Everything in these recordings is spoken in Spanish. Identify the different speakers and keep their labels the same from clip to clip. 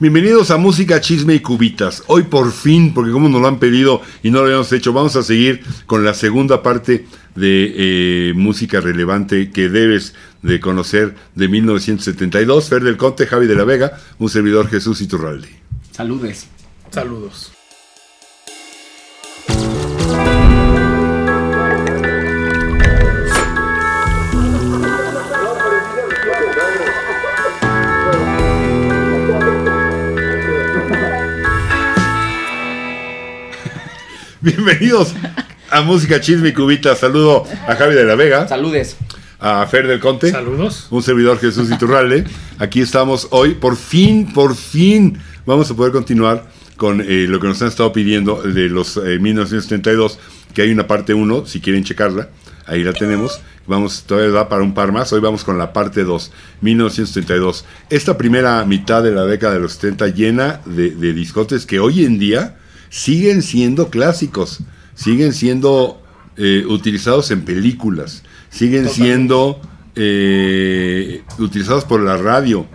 Speaker 1: Bienvenidos a Música, Chisme y Cubitas. Hoy por fin, porque como nos lo han pedido y no lo habíamos hecho, vamos a seguir con la segunda parte de eh, música relevante que debes de conocer de 1972. Fer del Conte, Javi de la Vega, un servidor Jesús Iturralde.
Speaker 2: Saludes.
Speaker 3: Saludos.
Speaker 1: Bienvenidos a Música, Chisme y Cubitas. Saludo a Javi de la Vega,
Speaker 2: Saludes.
Speaker 1: a Fer del Conte.
Speaker 3: Saludos.
Speaker 1: un servidor Jesús Iturralde. Aquí estamos hoy, por fin, por fin vamos a poder continuar con eh, lo que nos han estado pidiendo de los eh, 1972, que hay una parte 1, si quieren checarla, ahí la tenemos. Vamos, todavía da para un par más, hoy vamos con la parte 2, 1972. Esta primera mitad de la década de los 70 llena de, de discotes que hoy en día siguen siendo clásicos, siguen siendo eh, utilizados en películas, siguen siendo eh, utilizados por la radio.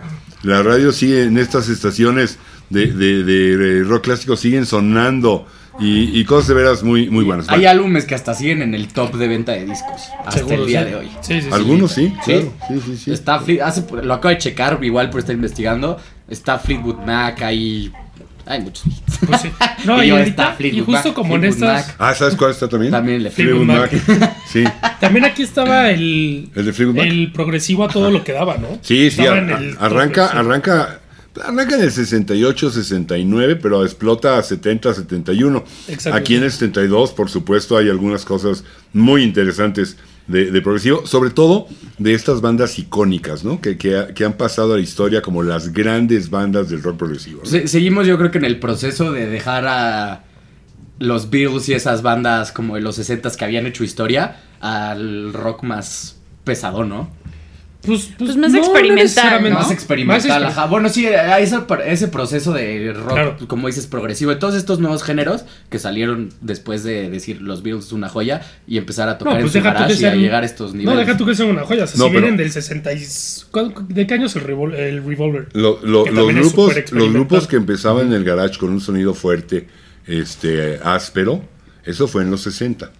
Speaker 1: La radio sigue en estas estaciones de, de- de rock clásico, siguen sonando y, y cosas de veras muy, muy buenas.
Speaker 2: Pues Hay
Speaker 1: Vale.
Speaker 2: álbumes que hasta siguen en el top de venta de discos. Hasta
Speaker 3: Seguro,
Speaker 2: el día
Speaker 3: sí.
Speaker 2: de hoy.
Speaker 3: Sí, sí, sí.
Speaker 1: Algunos sí,
Speaker 2: Sí.
Speaker 1: claro. Sí, sí, sí.
Speaker 2: Está Fleet- hace, lo acabo de checar, igual por estar investigando. Está Fleetwood Mac, hay, hay muchos hits.
Speaker 3: Pues sí. No,
Speaker 2: Y
Speaker 3: y,
Speaker 2: yo
Speaker 3: ahorita-
Speaker 2: está Fleetwood
Speaker 3: y justo
Speaker 2: Mac,
Speaker 3: como en
Speaker 2: Fleetwood
Speaker 3: estas.
Speaker 1: Ah, ¿sabes cuál está también?
Speaker 2: También le
Speaker 3: Fleetwood Mac.
Speaker 1: Sí,
Speaker 3: También aquí estaba el,
Speaker 1: el de Fleetwood Mac.
Speaker 3: el progresivo a todo lo que daba, ¿no?
Speaker 1: Sí, sí,
Speaker 3: Estaba
Speaker 1: ar-
Speaker 3: en el
Speaker 1: ar- arranca,
Speaker 3: progresivo.
Speaker 1: arranca, arranca en el 68, 69, pero explota a 70, 71.
Speaker 3: Exacto.
Speaker 1: Aquí en el 72, por supuesto, hay algunas cosas muy interesantes de, de progresivo, sobre todo de estas bandas icónicas, ¿no? Que, que ha- que han pasado a la historia como las grandes bandas del rock progresivo. ¿no?
Speaker 2: Se- seguimos yo creo que en el proceso de dejar a los Beatles y esas bandas como de los 60 que habían hecho historia al rock más pesado, ¿no?
Speaker 3: Pues,
Speaker 4: Pues más experimental,
Speaker 3: necesariamente.
Speaker 4: ¿no?
Speaker 2: Más experimental.
Speaker 3: Más exper-
Speaker 2: ajá. Bueno, sí, a ese, pro- ese proceso de rock,
Speaker 3: Claro.
Speaker 2: como dices, progresivo, de todos estos nuevos géneros que salieron después de decir los Beatles es una joya y empezar a tocar
Speaker 3: No,
Speaker 2: en
Speaker 3: pues
Speaker 2: su
Speaker 3: deja tú que
Speaker 2: garage y a
Speaker 3: sean-
Speaker 2: llegar a estos
Speaker 3: No,
Speaker 2: niveles.
Speaker 3: deja tú que sean una joya. O sea,
Speaker 1: No,
Speaker 3: si
Speaker 1: pero-
Speaker 3: vienen del 60 y... ¿cuál- ¿De qué año es el, revol- el Revolver?
Speaker 1: Lo- lo-
Speaker 3: Que
Speaker 1: los,
Speaker 3: también es
Speaker 1: grupos,
Speaker 3: súper
Speaker 1: los grupos
Speaker 3: experimental.
Speaker 1: que empezaban en el garage con un sonido fuerte, este, áspero, eso fue en los 60.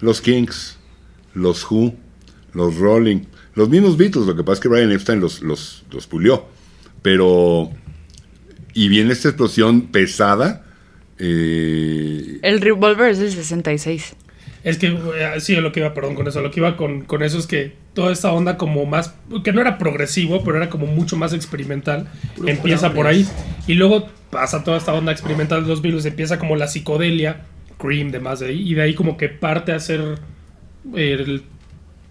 Speaker 1: Los Kings, los Who, los Rolling, los mismos Beatles, lo que pasa es que Brian Epstein los, los, los pulió. Pero, y viene esta explosión pesada, eh,
Speaker 4: El Revolver es del 66.
Speaker 3: Es que, eh, sí, lo que iba, perdón, con eso, lo que iba con, con eso es que toda esta onda como más, que no era progresivo, pero era como mucho más experimental, empieza por ahí, y luego pasa toda esta onda experimental de los virus, empieza como la psicodelia, cream, demás de ahí, y de ahí como que parte a ser el,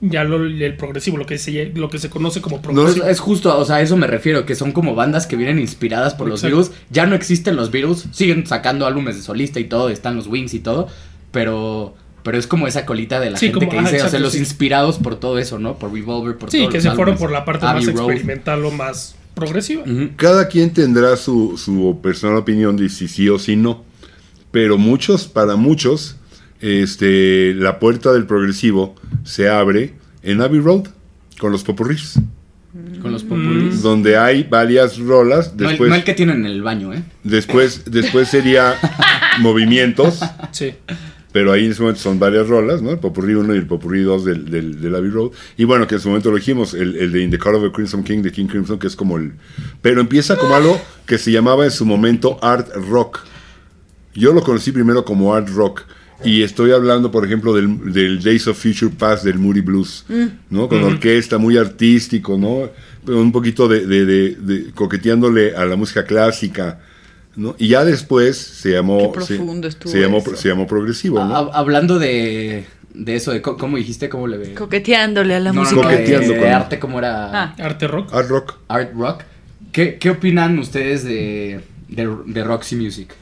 Speaker 3: ya lo- el progresivo, lo que, se, lo que se conoce como
Speaker 2: Pues
Speaker 3: progresivo.
Speaker 2: es justo, o sea, a eso me refiero, que son como bandas que vienen inspiradas por los
Speaker 3: Exacto.
Speaker 2: virus. Ya no existen los virus, siguen sacando álbumes de solista y todo, están los Wings y todo, pero pero es como esa colita de la
Speaker 3: Sí,
Speaker 2: gente
Speaker 3: como-
Speaker 2: que
Speaker 3: ajá,
Speaker 2: dice, o sea,
Speaker 3: exacto,
Speaker 2: los
Speaker 3: sí.
Speaker 2: inspirados por todo eso, ¿no? Por Revolver, por
Speaker 3: sí,
Speaker 2: todos
Speaker 3: que
Speaker 2: los
Speaker 3: se fueron
Speaker 2: álbumes.
Speaker 3: por la parte
Speaker 2: Abbey
Speaker 3: más
Speaker 2: Road. Mm.
Speaker 3: experimental o más progresiva.
Speaker 2: Ujú.
Speaker 1: cada quien tendrá su, su personal opinión de si sí o si no, pero muchos, para muchos, este, la puerta del progresivo se abre en Abbey Road con los popurrís,
Speaker 2: Con los populis.
Speaker 1: donde hay varias rolas,
Speaker 2: No, el-
Speaker 1: después,
Speaker 2: no el que tienen en el baño, ¿eh?
Speaker 1: después, después sería movimientos,
Speaker 3: Sí.
Speaker 1: pero ahí en ese momento son varias rolas, ¿no? El Popurrí 1 y el Popurrí 2 del, del, del Abbey Road. Y bueno, que en su momento lo dijimos, el, el de In the Court of the Crimson King, de King Crimson, que es como el... Pero empieza como algo que se llamaba en su momento art rock. Yo lo conocí primero como art rock. Y estoy hablando, por ejemplo, del, del Days of Future Past del Moody Blues,
Speaker 4: Mm.
Speaker 1: ¿no? Con orquesta, muy artístico, ¿no? Pero un poquito de, de- de- de- coqueteándole a la música clásica, ¿no? Y ya después se llamó...
Speaker 4: Qué
Speaker 1: se-
Speaker 4: profundo estuvo
Speaker 1: se llamó,
Speaker 4: eso.
Speaker 1: se llamó progresivo, ¿no?
Speaker 2: Ha- hablando de, de eso, de co- cómo dijiste, cómo le...
Speaker 4: Coqueteándole a la
Speaker 2: no, no,
Speaker 4: música.
Speaker 2: no, de,
Speaker 1: Coqueteando
Speaker 2: de
Speaker 1: con-
Speaker 2: arte, cómo era...
Speaker 4: Ah.
Speaker 3: Arte rock.
Speaker 1: Hard rock.
Speaker 2: Art Rock. ¿Qué, qué opinan ustedes de, de, de Roxy Music?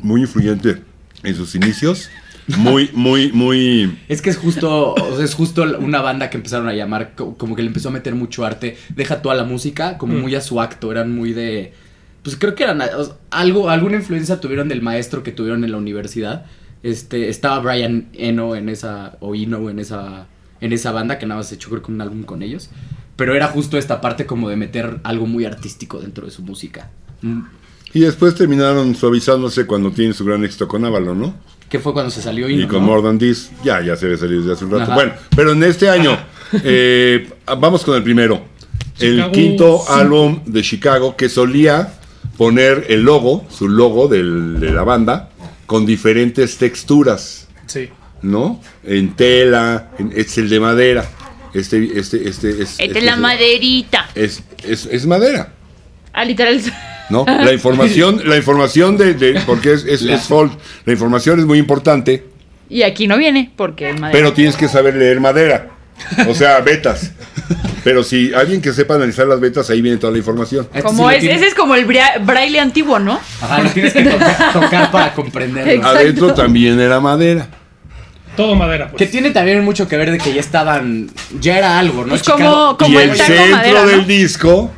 Speaker 1: muy influyente en sus inicios. Muy, muy, muy.
Speaker 2: Es que es justo, o sea, es justo una banda que empezaron a llamar, co- como que le empezó a meter mucho arte, deja toda la música, como
Speaker 3: Mm.
Speaker 2: muy a su acto, eran muy de, pues creo que eran, o sea, algo, alguna influencia tuvieron del maestro que tuvieron en la universidad, este, estaba Brian Eno en esa, o Eno en esa, en esa banda, que nada más se echó creo que un álbum con ellos, pero era justo esta parte como de meter algo muy artístico dentro de su música. Mm,
Speaker 1: Y después terminaron suavizándose cuando tienen su gran éxito con Avalon, ¿no?
Speaker 2: Que fue cuando se salió
Speaker 1: Y
Speaker 2: Ino,
Speaker 1: con
Speaker 2: ¿no?
Speaker 1: More Than This, ya, ya se ve salir desde hace un rato.
Speaker 2: Ajá.
Speaker 1: Bueno, pero en este año, eh, vamos con el primero.
Speaker 3: Chicago
Speaker 1: el quinto
Speaker 3: cinco.
Speaker 1: álbum de Chicago que solía poner el logo, su logo del- de la banda, con diferentes texturas,
Speaker 3: Sí.
Speaker 1: ¿no? En tela, en- es el de madera. Este, este, este, es,
Speaker 4: Esta es la maderita.
Speaker 1: Es, es- es madera,
Speaker 4: Ah, literal.
Speaker 1: ¿no?
Speaker 4: Ah.
Speaker 1: La información, la información de, de- porque es, es, es folk, la información es muy importante.
Speaker 4: Y aquí no viene porque es madera.
Speaker 1: Pero tienes que saber leer madera. O sea, vetas. Pero si alguien que sepa analizar las vetas, ahí viene toda la información.
Speaker 2: Este sí
Speaker 4: como
Speaker 2: lo
Speaker 4: es,
Speaker 2: tienes-
Speaker 4: ese es como el bra- braille antiguo, ¿no?
Speaker 2: Ajá, lo tienes que tocar, tocar para comprenderlo.
Speaker 4: Exacto.
Speaker 1: Adentro también era madera.
Speaker 3: Todo madera,
Speaker 2: Que
Speaker 3: pues.
Speaker 2: tiene también mucho que ver de que ya estaban. Ya era algo, ¿no?
Speaker 4: Pues como, como
Speaker 1: y
Speaker 4: el,
Speaker 1: el
Speaker 4: taco
Speaker 1: centro
Speaker 4: madera, ¿no?
Speaker 1: del disco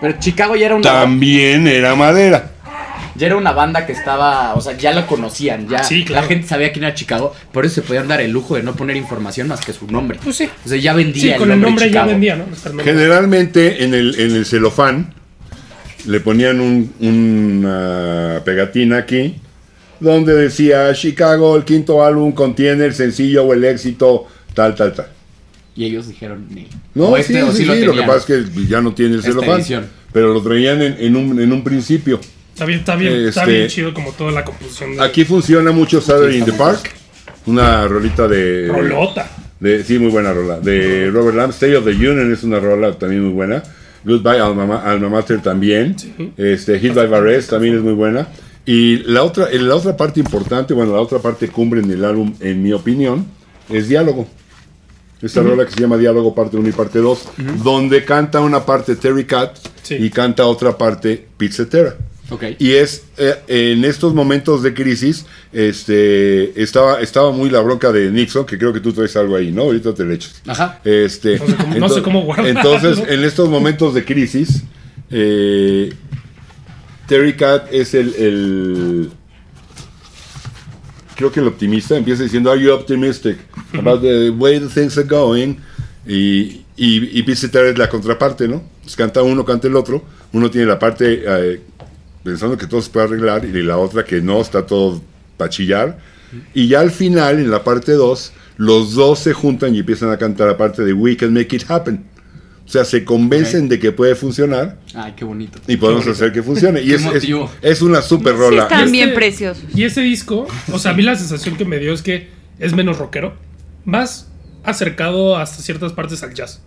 Speaker 2: Pero Chicago ya era una.
Speaker 1: también era madera.
Speaker 2: Ya era una banda que estaba, o sea, ya lo conocían, ya
Speaker 3: Sí, claro.
Speaker 2: la gente sabía quién era Chicago, por eso se podían dar el lujo de no poner información más que su nombre.
Speaker 3: Pues sí.
Speaker 2: O sea, ya vendía
Speaker 3: Sí,
Speaker 2: el
Speaker 3: con
Speaker 2: nombre
Speaker 3: el nombre ya
Speaker 2: Chicago.
Speaker 3: vendía, ¿no? Está el nombre.
Speaker 1: Generalmente en el, en el celofán le ponían un- una pegatina aquí donde decía Chicago, el quinto álbum contiene el sencillo o el éxito tal, tal, tal.
Speaker 2: Y ellos dijeron, ni.
Speaker 1: No,
Speaker 2: o
Speaker 1: sí,
Speaker 2: este, o
Speaker 1: sí,
Speaker 2: sí lo
Speaker 1: sí, lo, que
Speaker 2: tenían.
Speaker 1: pasa es que ya no tiene el
Speaker 2: Esta
Speaker 1: celofán,
Speaker 2: edición.
Speaker 1: pero lo traían en, en un, en un principio.
Speaker 3: Está bien, está bien, está
Speaker 1: Este-
Speaker 3: bien chido como toda la composición de
Speaker 1: Aquí funciona mucho Saturday in the
Speaker 2: está muy
Speaker 1: Park, una rolita de...
Speaker 3: Rolota.
Speaker 1: de- sí, muy buena rola, de Robert Lamb. State of the Union es una rola también muy buena. Goodbye Alma, Ma- Alma Mater también. Este, Hit by Barres también es muy buena. Y la otra, eh, la otra parte importante, bueno, la otra parte cumbre en el álbum, en mi opinión, es Diálogo. Esta rola que se llama Diálogo parte 1 y parte 2, donde canta una parte Terry Cat
Speaker 3: Sí.
Speaker 1: y canta otra parte Pizzetera.
Speaker 2: Ok.
Speaker 1: Y es eh, en estos momentos de crisis, este, estaba, estaba muy la bronca de Nixon, que creo que tú traes algo ahí, ¿no? Ahorita te le echas.
Speaker 2: Ajá.
Speaker 1: Este,
Speaker 3: No sé cómo- no sé cómo guardarlo.
Speaker 1: Entonces, en estos momentos de crisis, eh, Terry Cat es el, el- Creo que el optimista empieza diciendo, ¿Are you optimistic about the way the things are going? Y, y, y visitar es la contraparte, ¿no? Pues canta uno, canta el otro. Uno tiene la parte eh, pensando que todo se puede arreglar y la otra que no, está todo para chillar. Y ya al final, en la parte 2, los dos se juntan y empiezan a cantar la parte de We Can Make It Happen. O sea, se convencen de que puede funcionar
Speaker 2: Ay, qué bonito.
Speaker 1: y podemos hacer que funcione. Y
Speaker 2: Qué
Speaker 1: es, es,
Speaker 2: motivo.
Speaker 1: es una super
Speaker 4: Sí,
Speaker 1: rola.
Speaker 4: están
Speaker 1: Es-
Speaker 4: bien
Speaker 3: Este-
Speaker 4: preciosos.
Speaker 3: Y ese disco, o sea, a mí la sensación que me dio es que es menos rockero, más acercado hasta ciertas partes al jazz.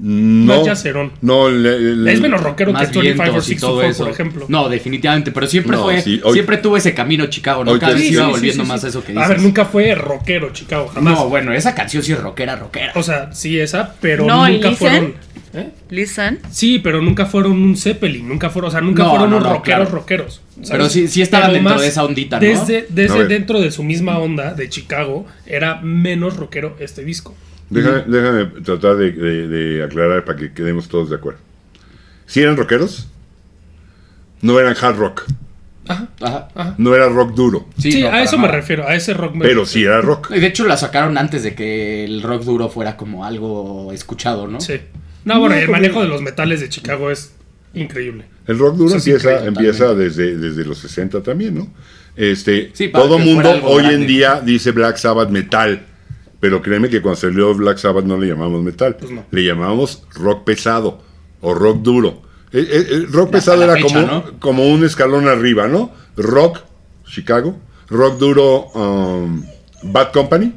Speaker 1: no,
Speaker 3: más yacerón.
Speaker 1: no, le- le-
Speaker 3: Es menos rockero que
Speaker 2: Más
Speaker 3: 25 o
Speaker 2: vientos y todo
Speaker 3: 64,
Speaker 2: eso.
Speaker 3: por ejemplo.
Speaker 2: No, definitivamente, pero siempre
Speaker 1: No,
Speaker 2: fue,
Speaker 1: sí, hoy-
Speaker 2: siempre tuvo ese camino Chicago, ¿no?
Speaker 1: Hoy
Speaker 2: Cada
Speaker 1: te-
Speaker 2: vez
Speaker 1: Sí,
Speaker 2: iba
Speaker 1: sí,
Speaker 2: volviendo
Speaker 3: sí,
Speaker 2: más
Speaker 3: sí.
Speaker 2: a eso que
Speaker 3: A
Speaker 2: dices.
Speaker 3: ver, nunca fue rockero Chicago, jamás.
Speaker 2: No, bueno, esa canción sí es rockera, rockera.
Speaker 3: O sea, sí esa, pero
Speaker 4: No, ¿y
Speaker 3: nunca
Speaker 4: Listen?
Speaker 3: fueron... ¿eh?
Speaker 4: Listen.
Speaker 3: Sí, pero nunca fueron un Zeppelin, nunca fueron, o sea, nunca
Speaker 2: No,
Speaker 3: fueron
Speaker 2: no,
Speaker 3: unos
Speaker 2: no,
Speaker 3: rockeros
Speaker 2: claro.
Speaker 3: rockeros.
Speaker 2: Pero sí- sí estaban dentro de esa ondita, ¿no?
Speaker 3: Desde,
Speaker 1: A
Speaker 3: desde
Speaker 1: ver.
Speaker 3: dentro de su misma onda de Chicago, era menos rockero este disco.
Speaker 1: Déjame, déjame tratar de, de- de aclarar para que quedemos todos de acuerdo. Si eran rockeros, no eran hard rock,
Speaker 3: Ajá,
Speaker 2: Ajá.
Speaker 3: ajá.
Speaker 1: no era rock duro,
Speaker 3: Sí,
Speaker 2: no,
Speaker 3: a
Speaker 2: para
Speaker 3: eso
Speaker 2: nada.
Speaker 3: me refiero, a ese rock. me
Speaker 1: pero
Speaker 3: refiero.
Speaker 1: sí era rock.
Speaker 2: Y De hecho, la sacaron antes de que el rock duro fuera como algo escuchado, ¿no?
Speaker 3: Sí. No, bueno, el manejo de los metales de Chicago es increíble.
Speaker 1: El rock duro
Speaker 3: Eso es
Speaker 1: empieza,
Speaker 2: increíble,
Speaker 1: empieza desde, desde los 60 también, ¿no? Este,
Speaker 2: Sí, para
Speaker 1: todo
Speaker 2: que fuera
Speaker 1: mundo
Speaker 2: algo
Speaker 1: hoy en
Speaker 2: grande.
Speaker 1: día dice Black Sabbath metal, pero créeme que cuando salió Black Sabbath no le llamamos metal,
Speaker 3: Pues no.
Speaker 1: le llamamos rock pesado o rock duro. Eh, eh, eh, rock
Speaker 2: Hasta
Speaker 1: pesado
Speaker 2: la
Speaker 1: era
Speaker 2: fecha,
Speaker 1: como,
Speaker 2: ¿no?
Speaker 1: como un escalón arriba, ¿no? Rock, Chicago, rock duro, um, Bad Company,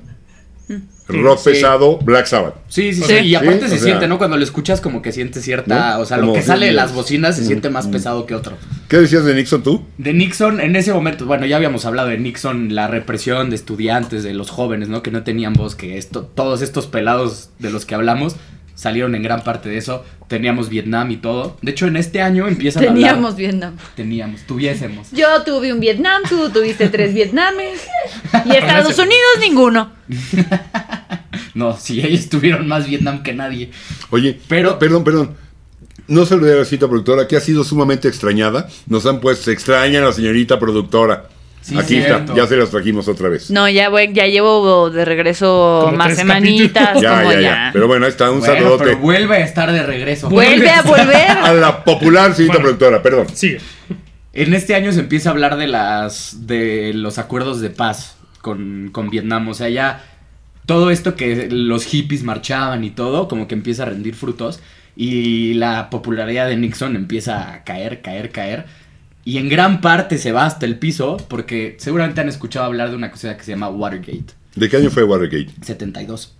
Speaker 1: rock
Speaker 2: sí.
Speaker 1: pesado, Black Sabbath.
Speaker 2: Sí, sí,
Speaker 4: Sí.
Speaker 2: sí. Y aparte
Speaker 1: Sí,
Speaker 2: se
Speaker 1: o sea-
Speaker 2: siente, ¿no? Cuando lo escuchas como que siente cierta...
Speaker 1: ¿No?
Speaker 2: O sea,
Speaker 1: Como
Speaker 2: lo que sale de
Speaker 1: ritmos.
Speaker 2: las bocinas se siente más pesado que otro.
Speaker 1: ¿Qué decías de Nixon tú?
Speaker 2: De Nixon, en ese momento, bueno, ya habíamos hablado de Nixon, la represión de estudiantes, de los jóvenes, ¿no? Que no tenían voz, que esto, todos estos pelados de los que hablamos salieron en gran parte de eso. Teníamos Vietnam y todo. De hecho, en este año empiezan a hablar...
Speaker 4: Teníamos Vietnam.
Speaker 2: Teníamos, tuviésemos.
Speaker 4: Yo tuve un Vietnam, tú tuviste tres Vietnames. Y Estados
Speaker 3: Gracias.
Speaker 4: Unidos ninguno.
Speaker 2: No, si ellos tuvieron más Vietnam que nadie.
Speaker 1: Oye, pero,
Speaker 2: Pero-
Speaker 1: Ah, perdón, perdón. No saludé a la señorita productora, que ha sido sumamente extrañada. Nos han puesto, se extraña la señorita productora.
Speaker 2: Sí,
Speaker 1: Aquí
Speaker 2: cierto.
Speaker 1: está, ya se las trajimos otra vez.
Speaker 4: No, ya voy, ya llevo de regreso
Speaker 3: Como
Speaker 4: más
Speaker 3: tres
Speaker 4: semanitas,
Speaker 3: capítulos.
Speaker 1: ya,
Speaker 4: como
Speaker 1: ya,
Speaker 4: pues, ya.
Speaker 1: ya, Pero bueno, ahí está, un
Speaker 2: Bueno,
Speaker 1: saludote
Speaker 2: pero vuelve a estar de regreso.
Speaker 4: Vuelve a
Speaker 1: a
Speaker 4: volver.
Speaker 1: la popular señorita
Speaker 3: Bueno.
Speaker 1: productora, perdón.
Speaker 3: Sigue.
Speaker 2: En este año se empieza a hablar de las de los acuerdos de paz con, con Vietnam. O sea, ya todo esto que los hippies marchaban y todo, como que empieza a rendir frutos. Y la popularidad de Nixon empieza a caer, caer, caer. Y en gran parte se va hasta el piso porque seguramente han escuchado hablar de una cosa que se llama Watergate.
Speaker 1: ¿De qué año fue Watergate?
Speaker 2: 72.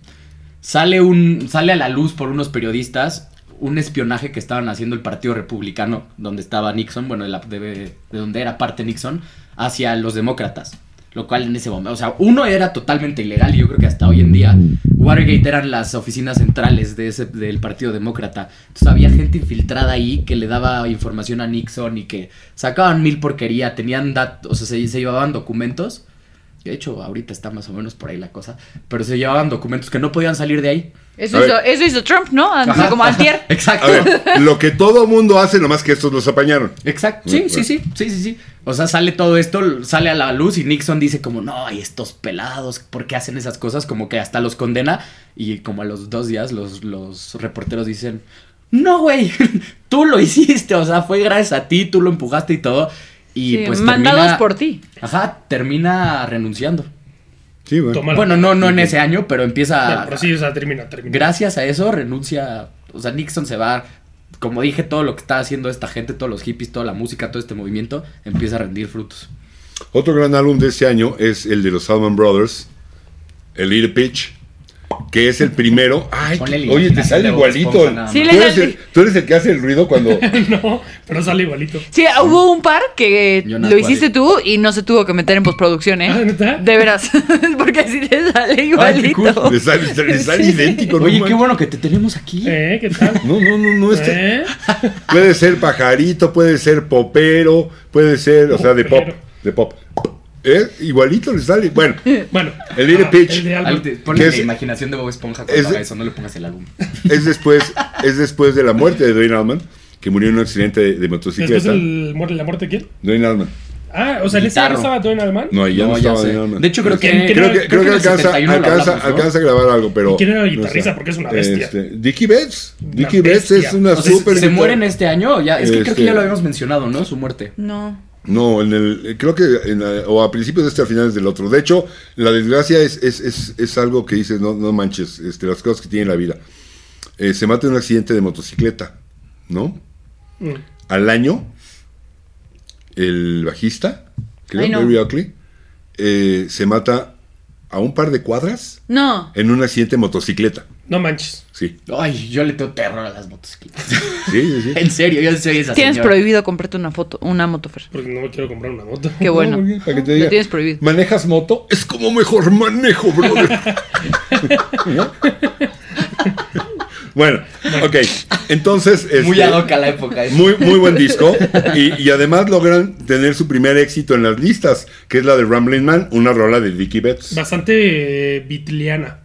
Speaker 2: Sale, un, sale a la luz por unos periodistas un espionaje que estaban haciendo el Partido Republicano, donde estaba Nixon, bueno, de, la- de- de donde era parte Nixon, hacia los demócratas. Lo cual en ese momento, o sea, uno era totalmente ilegal y yo creo que hasta hoy en día Watergate eran las oficinas centrales de ese, del Partido Demócrata. Entonces había gente infiltrada ahí que le daba información a Nixon y que sacaban mil porquería, tenían datos, o sea, se, se llevaban documentos de hecho, ahorita está más o menos por ahí la cosa. Pero se llevaban documentos que no podían salir de ahí.
Speaker 1: A
Speaker 4: Eso
Speaker 1: ver.
Speaker 4: hizo, eso hizo Trump, ¿no? Antes,
Speaker 2: Ajá,
Speaker 4: como
Speaker 2: ajá,
Speaker 4: antier.
Speaker 1: A
Speaker 2: Exacto.
Speaker 1: ver, lo que todo mundo hace, nomás que estos los apañaron.
Speaker 2: Exacto. Sí, sí, sí, sí, sí, sí. O sea, sale todo esto, sale a la luz y Nixon dice como, no, y estos pelados, ¿por qué hacen esas cosas? Como que hasta los condena. Y como a los dos días los, los reporteros dicen, no, güey, tú lo hiciste. O sea, fue gracias a ti, tú lo empujaste y todo. Y
Speaker 4: Sí,
Speaker 2: pues
Speaker 4: mandados
Speaker 2: termina-
Speaker 4: por ti.
Speaker 2: Ajá, termina renunciando.
Speaker 1: Sí, bueno.
Speaker 3: Toma- Bueno,
Speaker 2: Bueno, ah, no, no en ese año, pero empieza...
Speaker 3: Bueno, pero sí, o sea, termina, termina.
Speaker 2: gracias a eso renuncia, o sea, Nixon se va, como dije, todo lo que está haciendo esta gente, todos los hippies, toda la música, todo este movimiento, empieza a rendir frutos.
Speaker 1: Otro gran álbum de este año es el de los Salman Brothers, El Little Pitch, que es el primero. Ay,
Speaker 2: Ponle la
Speaker 1: oye, te
Speaker 2: imagen
Speaker 1: sale
Speaker 2: de Bob
Speaker 1: igualito.
Speaker 2: Esponja nada más.
Speaker 4: Sí,
Speaker 1: Tú
Speaker 4: le
Speaker 1: eres,
Speaker 4: sale.
Speaker 1: el, tú eres el que hace el ruido cuando.
Speaker 3: no, pero sale igualito.
Speaker 4: Sí, hubo un par que
Speaker 2: Yo nada
Speaker 4: lo
Speaker 2: más.
Speaker 4: hiciste tú y no se tuvo que meter en postproducción,
Speaker 3: Ah,
Speaker 4: ¿eh?
Speaker 3: ¿neta?
Speaker 4: De veras. Porque así te sale
Speaker 2: qué cool.
Speaker 4: igualito.
Speaker 1: Le sale, le sale idéntico, ¿no?
Speaker 2: Oye,
Speaker 1: man?
Speaker 2: qué bueno que te tenemos aquí.
Speaker 3: ¿Eh? ¿Qué tal?
Speaker 1: No, no, no, no. Este,
Speaker 3: ¿Eh?
Speaker 1: Puede ser pajarito, puede ser popero, puede ser, o sea, de pop.
Speaker 3: Popero.
Speaker 1: De pop. ¿Eh? Igualito le sale. Bueno,
Speaker 3: Bueno.
Speaker 1: El Little
Speaker 3: Ah,
Speaker 1: Pitch.
Speaker 3: El de
Speaker 2: Al-
Speaker 3: Albert.
Speaker 2: te- ponle
Speaker 1: ¿Qué
Speaker 2: la
Speaker 1: es?
Speaker 2: imaginación de Bob Esponja cuando
Speaker 1: Es-
Speaker 2: haga eso, no le pongas el álbum.
Speaker 1: es después, es después de la muerte de Dwayne Allman, que murió en un accidente de, de
Speaker 3: Después
Speaker 1: motocicleta.
Speaker 3: el, muere- la muerte de quién?
Speaker 1: Dwayne Allman.
Speaker 3: Ah, o sea, ¿en ese
Speaker 2: Guitarro.
Speaker 3: año estaba Dwayne Allman?
Speaker 1: No, ahí ya no,
Speaker 2: No, ya
Speaker 1: estaba
Speaker 2: sé.
Speaker 1: Dwayne Allman.
Speaker 2: De hecho, creo que-
Speaker 1: creo que,
Speaker 3: creo
Speaker 1: creo que
Speaker 2: en el
Speaker 1: alcanza,
Speaker 2: 71 lo
Speaker 1: alcanza,
Speaker 2: hablamos, ¿no?
Speaker 1: alcanza a grabar algo, pero.
Speaker 3: ¿Y quién era el
Speaker 1: no
Speaker 3: guitarrista?
Speaker 1: está.
Speaker 3: Porque es una bestia.
Speaker 1: Este, Dickie Betts. Dickie Betts
Speaker 3: bestia.
Speaker 1: es una
Speaker 2: O sea, se-
Speaker 1: super.
Speaker 2: se,
Speaker 1: guitar-
Speaker 2: muere en este año, ya, es que creo que
Speaker 1: Este-
Speaker 2: ya lo habíamos mencionado, ¿no? Su muerte.
Speaker 4: No.
Speaker 1: No, en el, eh, creo que en la- o a principios de este, a finales del otro. De hecho, la desgracia es, es, es, es algo que dices, no, no manches, este, las cosas que tiene la vida. Eh, se mata en un accidente de motocicleta, ¿no?
Speaker 3: Mm.
Speaker 1: Al año, el bajista, creo,
Speaker 4: Ay, no.
Speaker 1: Barry Oakley, eh, se mata a un par de cuadras
Speaker 4: No.
Speaker 1: en un accidente de motocicleta.
Speaker 3: No manches.
Speaker 1: Sí,
Speaker 2: Ay, yo le tengo terror a las motocicletas.
Speaker 1: sí, sí. sí.
Speaker 2: en serio, yo soy esa
Speaker 4: Tienes
Speaker 2: señora.
Speaker 4: prohibido comprarte una foto, una motofer.
Speaker 3: Porque no me quiero comprar una moto.
Speaker 4: Qué bueno.
Speaker 1: No, bien, para que te
Speaker 4: Lo
Speaker 1: diga,
Speaker 4: tienes prohibido.
Speaker 1: ¿Manejas moto? Es como mejor manejo, brother. ¿No? bueno, ok. Entonces.
Speaker 2: Muy
Speaker 1: este,
Speaker 2: ad hoc a la época. eso.
Speaker 1: muy, muy buen disco. Y, y además logran tener su primer éxito en las listas, que es la de Rambling Man, una rola de Dicky Betts.
Speaker 3: Bastante eh, bitliana.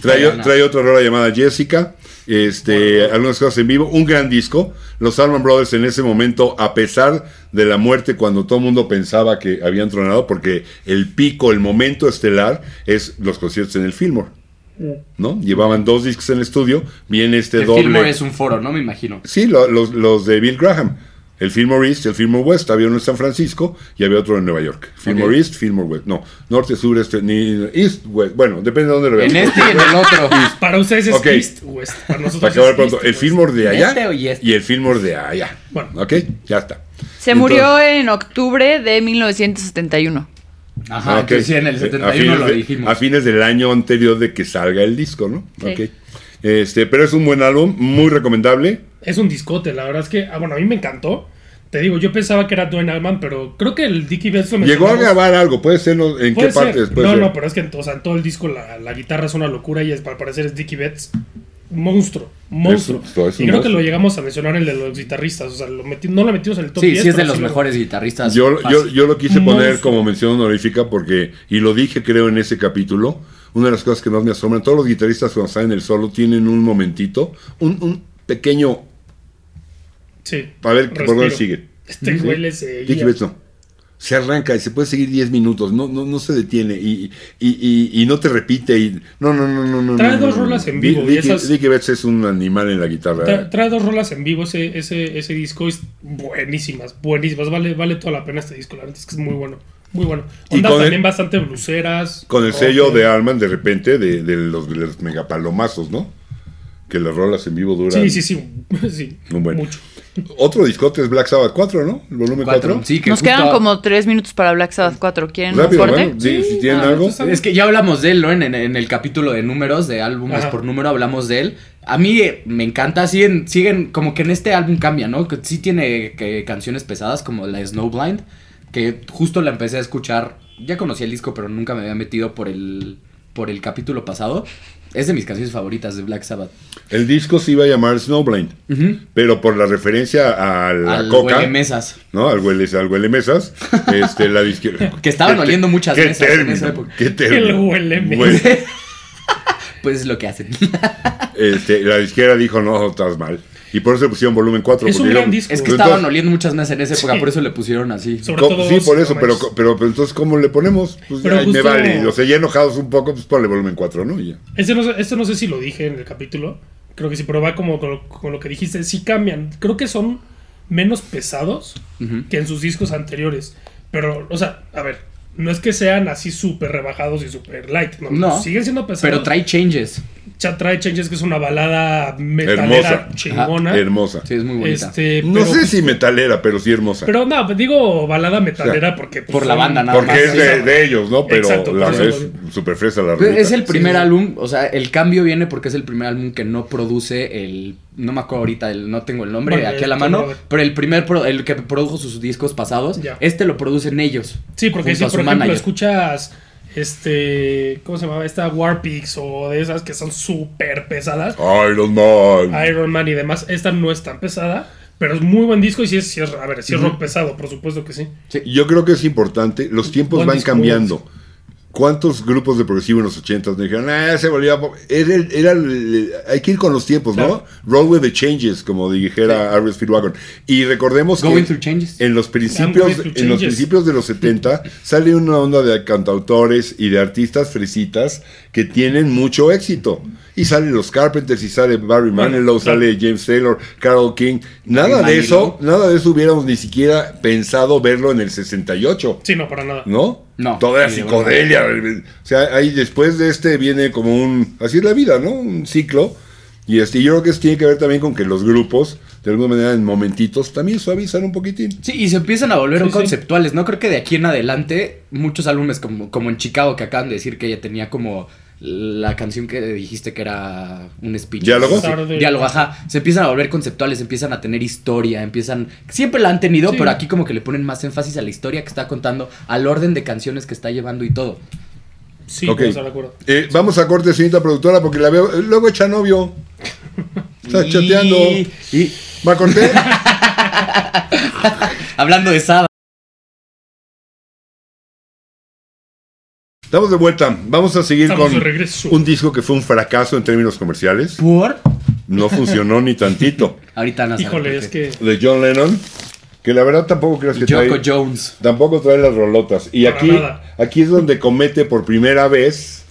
Speaker 1: Trae,
Speaker 2: Victoriana.
Speaker 1: trae otra rola llamada Jessica. Este, algunas cosas en vivo, un gran disco. Los Allman Brothers en ese momento, a pesar de la muerte, cuando todo el mundo pensaba que habían tronado, porque el pico, el momento estelar, es los conciertos en el Fillmore, ¿no? Llevaban dos discos en el estudio, viene este
Speaker 2: Mm. El
Speaker 1: doble.
Speaker 2: Fillmore es un foro, ¿no? Me imagino.
Speaker 1: Sí, lo- los, los de Bill Graham. El Fillmore East, el Fillmore West. Había uno en San Francisco y había otro en Nueva York. Fillmore
Speaker 2: Ok.
Speaker 1: East, Fillmore West. No, norte, sur, este, ni East, West. Bueno, depende de dónde lo veas.
Speaker 2: En este y en el otro.
Speaker 3: Para ustedes es
Speaker 1: Ok.
Speaker 3: East West. Para nosotros
Speaker 1: Para acabar
Speaker 3: es
Speaker 1: pronto,
Speaker 3: East
Speaker 1: el
Speaker 3: West.
Speaker 1: Fillmore de allá
Speaker 2: Este pues, o y este.
Speaker 1: y el Fillmore de allá.
Speaker 3: Bueno.
Speaker 1: ok, ya está.
Speaker 4: Se
Speaker 1: Entonces-
Speaker 4: murió en octubre de 1971.
Speaker 2: Ajá,
Speaker 1: ok.
Speaker 2: que Ah, sí, en el
Speaker 1: Eh,
Speaker 2: 71 lo
Speaker 1: de-
Speaker 2: dijimos.
Speaker 1: a fines del año anterior de que salga el disco, ¿no?
Speaker 4: Sí.
Speaker 1: Ok. Este, pero es un buen álbum, muy recomendable.
Speaker 3: Es un discote, la verdad es que, ah, bueno, a mí me encantó. Te digo, yo pensaba que era Dwayne Allman, pero creo que el Dickie Betts lo
Speaker 1: Llegó a
Speaker 3: mencionamos.
Speaker 1: grabar algo, puede ser ¿no? en
Speaker 3: Puede
Speaker 1: qué
Speaker 3: ser.
Speaker 1: partes. Puede
Speaker 3: No,
Speaker 1: ser.
Speaker 3: no, pero es que o sea, en todo el disco la, la guitarra es una locura y es, al parecer es Dickie Betts. Monstruo, monstruo.
Speaker 1: Es un- es un
Speaker 3: y creo que
Speaker 1: monstruo.
Speaker 3: lo llegamos a mencionar en el de los guitarristas. O sea, lo meti- no lo metimos en el top
Speaker 2: Sí,
Speaker 3: 10,
Speaker 2: sí es de
Speaker 3: pero
Speaker 2: los
Speaker 3: lo-
Speaker 2: mejores guitarristas.
Speaker 1: Yo, yo,
Speaker 2: fácil.
Speaker 1: yo lo quise poner
Speaker 3: Monstruo.
Speaker 1: como mención honorífica porque, y lo dije creo en ese capítulo, una de las cosas que más me asombran, todos los guitarristas cuando están en el solo tienen un momentito, un, un pequeño,
Speaker 3: Sí.
Speaker 1: a ver por dónde
Speaker 3: Respiro.
Speaker 1: sigue.
Speaker 3: Este
Speaker 1: Sí.
Speaker 3: güey les. eh,
Speaker 1: Dicky
Speaker 3: guía.
Speaker 1: Betts no. se arranca y se puede seguir 10 minutos, no, no, no se detiene y, y, y, y no te repite. Y, no, no, no, no, no.
Speaker 3: Trae
Speaker 1: no, no,
Speaker 3: dos
Speaker 1: no.
Speaker 3: rolas en
Speaker 1: Vi-
Speaker 3: vivo y
Speaker 1: Vicky,
Speaker 3: esas-
Speaker 1: Vicky Betts es un animal en la guitarra.
Speaker 3: Tra- trae dos rolas en vivo ese, ese, ese disco. Es buenísimas, buenísimas. Vale, vale toda la pena este disco. La verdad es que es muy bueno. Muy bueno.
Speaker 1: Y
Speaker 3: Ondas
Speaker 1: con el-
Speaker 3: también bastante bluseras.
Speaker 1: Con el
Speaker 3: rock.
Speaker 1: sello de Arman, de repente, de, de los, de los megapalomazos, ¿no? Que las rolas en vivo duran.
Speaker 3: Sí, sí, sí. sí
Speaker 1: Un buen.
Speaker 3: Mucho.
Speaker 1: Otro discote es Black Sabbath 4, ¿no? El volumen 4.
Speaker 2: Cuatro, sí, que
Speaker 4: Nos
Speaker 2: justo-
Speaker 4: quedan como tres minutos para Black Sabbath 4. ¿Quieren un
Speaker 1: Rápido,
Speaker 4: fuerte?
Speaker 1: bueno, sí, si tienen
Speaker 4: Ah,
Speaker 1: algo.
Speaker 3: entonces-
Speaker 2: Es que ya hablamos de él, ¿no? En, en- en el capítulo de números, de álbumes
Speaker 3: Ajá.
Speaker 2: por número, hablamos de él. A mí eh, me encanta, siguen, siguen, como que en este álbum cambia, ¿no? Que sí tiene que, canciones pesadas como la de Snowblind, que justo la empecé a escuchar, ya conocía el disco, pero nunca me había metido por el, por el capítulo pasado. Es de mis canciones favoritas de Black Sabbath.
Speaker 1: El disco se iba a llamar Snowblind,
Speaker 2: Ujú.
Speaker 1: pero por la referencia a la
Speaker 2: Al
Speaker 1: coca.
Speaker 2: huele mesas.
Speaker 1: ¿no? Al huele, al huele mesas. este, la disque-
Speaker 2: Que estaban
Speaker 1: ¿Qué te-
Speaker 2: oliendo muchas
Speaker 1: ¿qué
Speaker 2: mesas en
Speaker 1: término?
Speaker 2: esa época.
Speaker 1: ¿Qué término?
Speaker 3: El huele mesas.
Speaker 2: Pues es lo que hacen.
Speaker 1: este, la disquera dijo, no, estás mal. Y por eso le pusieron volumen 4.
Speaker 3: Es un gran disco.
Speaker 2: es que
Speaker 3: Entonces-
Speaker 2: estaban oliendo muchas mesas en esa época,
Speaker 3: Sí.
Speaker 2: por eso le pusieron así.
Speaker 3: Sobre
Speaker 1: Co-
Speaker 3: todo
Speaker 1: sí,
Speaker 3: dos,
Speaker 1: por
Speaker 3: no
Speaker 1: eso, pero,
Speaker 3: manches.
Speaker 1: co- pero, pero entonces, ¿cómo le ponemos? Pues
Speaker 3: Pero
Speaker 1: ay, me
Speaker 3: justo-
Speaker 1: vale. O sea, ya enojados un poco, pues ponle volumen 4, ¿no? Y ya.
Speaker 3: Este no, sé- este no sé si lo dije en el capítulo. Creo que sí, pero va como con lo, con lo que dijiste. Sí cambian. Creo que son menos pesados
Speaker 2: Ujú.
Speaker 3: que en sus discos anteriores. Pero, o sea, a ver, no es que sean así súper rebajados y súper light. No,
Speaker 2: No.
Speaker 3: siguen siendo pesados.
Speaker 2: Pero trae changes.
Speaker 3: Cha- trae Changes, que es una balada metalera
Speaker 1: Hermosa.
Speaker 3: chingona.
Speaker 1: Hermosa.
Speaker 2: Sí, es muy bonita.
Speaker 3: Ah. Este,
Speaker 1: no
Speaker 3: pero-
Speaker 1: sé si metalera, pero sí hermosa.
Speaker 3: Pero no, pues, digo balada metalera porque. pues,
Speaker 2: Por la
Speaker 3: son-
Speaker 2: banda, nada más.
Speaker 1: Porque es de, de ellos, ¿no? Pero
Speaker 3: Exacto,
Speaker 1: la
Speaker 3: por eso
Speaker 1: es
Speaker 3: lo
Speaker 1: súper fresa la
Speaker 2: Pues
Speaker 1: rolita.
Speaker 2: Es el primer
Speaker 3: Sí.
Speaker 2: álbum, o sea, el cambio viene porque es el primer álbum que no produce el, no me acuerdo ahorita, el, no tengo el nombre
Speaker 3: Bueno,
Speaker 2: aquí a
Speaker 3: el
Speaker 2: la
Speaker 3: Tom
Speaker 2: mano,
Speaker 3: Robert.
Speaker 2: pero el primer, pro- el que produjo sus discos pasados,
Speaker 3: Ya.
Speaker 2: este lo producen ellos.
Speaker 3: Sí, porque
Speaker 2: junto
Speaker 3: si
Speaker 2: a su
Speaker 3: por ejemplo
Speaker 2: manager.
Speaker 3: escuchas este, ¿cómo se llamaba? Esta Warpix o de esas que son súper pesadas,
Speaker 1: Iron Man.
Speaker 3: Iron Man y demás, esta no es tan pesada, pero es muy buen disco y sí es, sí es- a ver, sí es rock pesado, por supuesto que sí.
Speaker 1: Yo creo que es importante, los tiempos
Speaker 3: Buen
Speaker 1: van
Speaker 3: disco.
Speaker 1: cambiando. ¿Cuántos grupos de progresivo en los 80 me dijeron, ah, se volvió a pop"? Era, el- era el- hay que ir con los tiempos,
Speaker 3: Claro.
Speaker 1: ¿no? Roll with the changes, como dijera Arius Speedwagon. Y recordemos
Speaker 2: Going
Speaker 1: que
Speaker 2: through changes.
Speaker 1: en los
Speaker 3: going
Speaker 1: principios
Speaker 3: through
Speaker 1: en los
Speaker 3: changes.
Speaker 1: principios de los 70 sale una onda de cantautores y de artistas fresitas que tienen mucho éxito. Y salen los Carpenters, y sale Barry Manilow,
Speaker 3: claro.
Speaker 1: sale James Taylor, Carol King. Nada
Speaker 2: Barry
Speaker 1: de eso,
Speaker 2: Manilow.
Speaker 1: nada de eso hubiéramos ni siquiera pensado verlo en el 68.
Speaker 3: Sí, no, para nada.
Speaker 1: ¿No?
Speaker 2: No.
Speaker 1: Toda la
Speaker 2: Sí,
Speaker 1: psicodelia. O sea, ahí después de este viene como un. Así es la vida, ¿no? Un ciclo. Y este, yo creo que eso tiene que ver también con que los grupos, de alguna manera, en momentitos, también suavizan un poquitín.
Speaker 2: Sí, y se empiezan a volver
Speaker 3: Sí, sí.
Speaker 2: conceptuales, ¿no? Creo que de aquí en adelante, muchos álbumes como, como en Chicago que acaban de decir que ella tenía como la canción que dijiste que era un speech.
Speaker 1: ¿Diálogo?
Speaker 2: Sí,
Speaker 3: Tarde.
Speaker 2: Diálogo, ajá. Se empiezan a volver conceptuales, empiezan a tener historia, empiezan... Siempre la han tenido,
Speaker 3: Sí.
Speaker 2: pero aquí como que le ponen más énfasis a la historia que está contando, al orden de canciones que está llevando y todo.
Speaker 3: Sí,
Speaker 1: Ok.
Speaker 3: puedo estar de acuerdo.
Speaker 1: Eh, vamos a corte, señorita productora, porque la veo. eh, Luego echa novio. Está
Speaker 2: Y-
Speaker 1: chateando.
Speaker 2: Y
Speaker 1: ¿Va a corte?
Speaker 2: hablando de Saba.
Speaker 1: Estamos de vuelta. Vamos a seguir
Speaker 3: Estamos de
Speaker 1: con
Speaker 3: regreso.
Speaker 1: un disco que fue un fracaso en términos comerciales.
Speaker 2: ¿Por?
Speaker 1: No funcionó ni tantito.
Speaker 2: Ahorita no
Speaker 3: Híjole, es que
Speaker 1: De John Lennon, que la verdad tampoco creo que trae-
Speaker 2: Joko Jones.
Speaker 1: Tampoco trae las rolotas. Y
Speaker 3: Para
Speaker 1: aquí,
Speaker 3: nada.
Speaker 1: aquí es donde comete por primera vez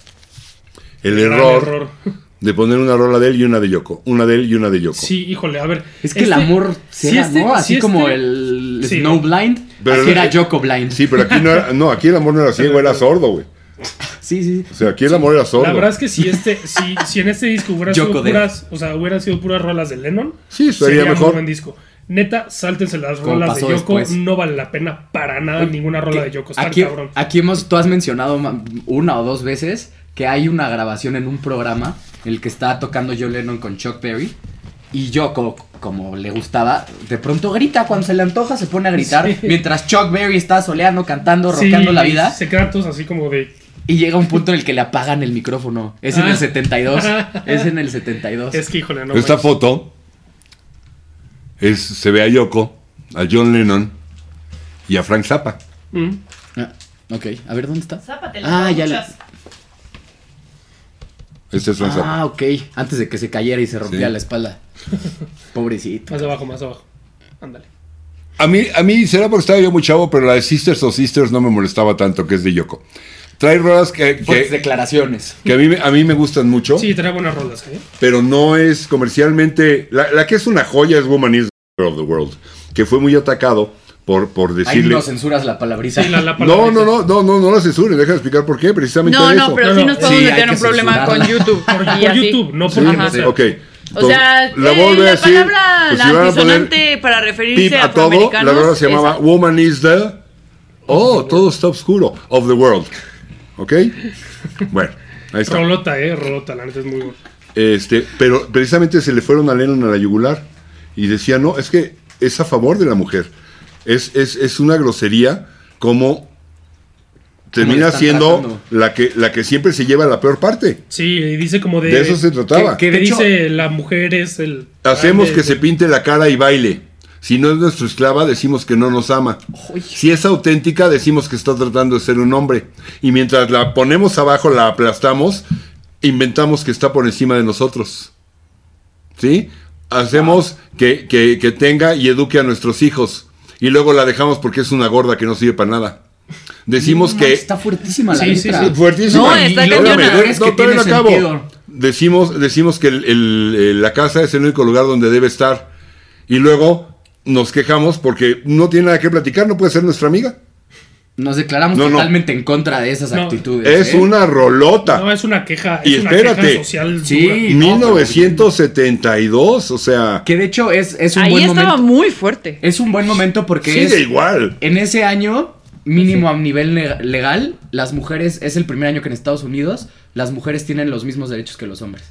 Speaker 1: el
Speaker 3: gran
Speaker 1: error, de poner una rola de él y una de Yoko. Una de él y una de Yoko.
Speaker 3: Sí, híjole, a ver.
Speaker 2: Es que el amor se
Speaker 3: sí,
Speaker 2: era,
Speaker 3: este-
Speaker 2: ¿no? Así
Speaker 3: sí,
Speaker 2: como
Speaker 3: este-
Speaker 2: el
Speaker 3: sí,
Speaker 2: Snow
Speaker 3: no.
Speaker 2: Blind,
Speaker 1: Pero eh,
Speaker 2: así
Speaker 1: no-
Speaker 2: era Joko Blind.
Speaker 1: Sí, pero aquí no era, no, aquí el amor no era ciego, era sordo, güey.
Speaker 2: sí, sí.
Speaker 1: O sea, aquí el amor era sordo.
Speaker 3: La verdad es que si este, si, si en este disco hubieran
Speaker 2: Yoko
Speaker 3: sido
Speaker 2: Dev.
Speaker 3: puras, o sea, hubieran sido puras rolas de Lennon,
Speaker 1: Sí, sería mejor.
Speaker 3: muy buen disco. Neta, sáltense las
Speaker 2: Como
Speaker 3: rolas de
Speaker 2: pasó
Speaker 3: Yoko,
Speaker 2: después.
Speaker 3: no vale la pena para nada ninguna rola de Yoko, está
Speaker 2: aquí,
Speaker 3: cabrón.
Speaker 2: aquí hemos, tú has mencionado ma- una o dos veces que hay una grabación en un programa en el que está tocando Joe Lennon con Chuck Berry y Yoko, como le gustaba, de pronto grita cuando se le antoja, se pone a gritar
Speaker 3: Sí.
Speaker 2: mientras Chuck Berry está soleando, cantando,
Speaker 3: Sí,
Speaker 2: rockeando la vida
Speaker 3: Se quedan todos así como de.
Speaker 2: y llega un punto en el que le apagan el micrófono. Es en
Speaker 3: Ah.
Speaker 2: el 72, es en el 72.
Speaker 3: Es que híjole, no.
Speaker 1: Esta
Speaker 3: manches.
Speaker 1: foto es, se ve a Yoko, a John Lennon y a Frank Zappa.
Speaker 3: Mm.
Speaker 2: Ah, ok, a ver dónde está.
Speaker 4: Zápate,
Speaker 2: ah,
Speaker 4: las
Speaker 2: ya la-
Speaker 4: capuchas.
Speaker 1: Este es Frank Zappa.
Speaker 2: Ah, ok. Antes de que se cayera y se rompiera
Speaker 1: Sí.
Speaker 2: la espalda. Pobrecito.
Speaker 3: Más abajo, más abajo. Ándale.
Speaker 1: A mí, a mí será porque estaba yo muy chavo, pero la de Sisters o Sisters no me molestaba tanto, que es de Yoko. Trae rolas que,
Speaker 2: Fuertes
Speaker 1: que,
Speaker 2: declaraciones.
Speaker 1: que a, mí, me- a mí me gustan mucho,
Speaker 3: Sí, trae buenas rolas, ¿eh?
Speaker 1: pero no es comercialmente... La, la que es una joya es Woman is the of the World, que fue muy atacado por, por
Speaker 2: Ahí
Speaker 1: decirle...
Speaker 2: no censuras la palabrita.
Speaker 3: Sí, la, la
Speaker 1: No,
Speaker 3: palabra
Speaker 1: no, no, no, no, no la censuren, deja de explicar por qué, precisamente
Speaker 4: No,
Speaker 1: de
Speaker 4: no,
Speaker 1: eso.
Speaker 4: pero
Speaker 3: No, no.
Speaker 4: sí nos podemos
Speaker 2: Sí, hay
Speaker 4: meter en
Speaker 2: que
Speaker 4: un problema con
Speaker 2: censurarla.
Speaker 4: YouTube.
Speaker 3: Por,
Speaker 4: y
Speaker 3: por
Speaker 4: así.
Speaker 3: YouTube, no
Speaker 1: Sí,
Speaker 3: por
Speaker 4: Ajá.
Speaker 1: ok.
Speaker 4: O sea,
Speaker 1: Entonces, Pues, la
Speaker 4: eh,
Speaker 1: voy a
Speaker 4: la
Speaker 1: decir,
Speaker 4: palabra
Speaker 1: pues, si
Speaker 4: la
Speaker 1: van a poner
Speaker 4: disonante para
Speaker 1: pip
Speaker 4: referirse a
Speaker 1: a todo, la
Speaker 4: afroamericanos.
Speaker 1: verdad se
Speaker 4: es-
Speaker 1: llamaba Woman is the... Oh, todo está oscuro, of the world. ¿Ok? Bueno, ahí está.
Speaker 3: Rolota, eh, rolota, la neta es muy buena.
Speaker 1: Este, pero precisamente se le fueron a Lennon a la yugular y decía, no, es que es a favor de la mujer. Es, es, es una grosería como termina
Speaker 2: están
Speaker 1: siendo
Speaker 2: tratando.
Speaker 1: la que, la que siempre se lleva la peor parte.
Speaker 3: Sí, y dice como de.
Speaker 1: De eso se trataba.
Speaker 2: que-
Speaker 3: que
Speaker 2: De hecho-
Speaker 3: dice la mujer es el.
Speaker 1: Hacemos
Speaker 3: grande,
Speaker 1: que se
Speaker 3: el-
Speaker 1: pinte la cara y baile. Si no es nuestra esclava, decimos que no nos ama. Si es auténtica, decimos que está tratando de ser un hombre. Y mientras la ponemos abajo, la aplastamos, inventamos que está por encima de nosotros. ¿Sí? Hacemos que, que- que tenga y eduque a nuestros hijos. Y luego la dejamos porque es una gorda que no sirve para nada. Decimos
Speaker 2: No,
Speaker 1: que
Speaker 2: Está fuertísima la
Speaker 3: Sí, sí,
Speaker 2: letra.
Speaker 3: sí,
Speaker 1: Fuertísima.
Speaker 4: No, está
Speaker 1: Y luego
Speaker 4: cañona.
Speaker 1: me duele-
Speaker 2: Es
Speaker 1: no,
Speaker 2: que
Speaker 1: todavía no
Speaker 2: tiene
Speaker 1: acabo.
Speaker 2: sentido.
Speaker 1: Decimos, decimos que el- el- el- la casa es el único lugar donde debe estar. Y luego nos quejamos porque no tiene nada que platicar, no puede ser nuestra amiga.
Speaker 2: Nos declaramos
Speaker 1: No, no.
Speaker 2: totalmente en contra de esas
Speaker 3: No.
Speaker 2: actitudes.
Speaker 1: Es
Speaker 2: ¿eh?
Speaker 1: una rolota.
Speaker 3: No, es una queja.
Speaker 1: Y
Speaker 3: es una
Speaker 1: espérate.
Speaker 3: queja social.
Speaker 2: Sí.
Speaker 3: dura.
Speaker 2: no,
Speaker 1: 1972, o sea,
Speaker 2: Que de hecho es, es un
Speaker 4: Ahí
Speaker 2: buen
Speaker 4: estaba
Speaker 2: momento.
Speaker 4: muy fuerte.
Speaker 2: Es un buen momento porque
Speaker 1: sigue
Speaker 2: es.
Speaker 1: igual.
Speaker 2: En ese año, mínimo a nivel ne- legal, las mujeres, es el primer año que en Estados Unidos las mujeres tienen los mismos derechos que los hombres.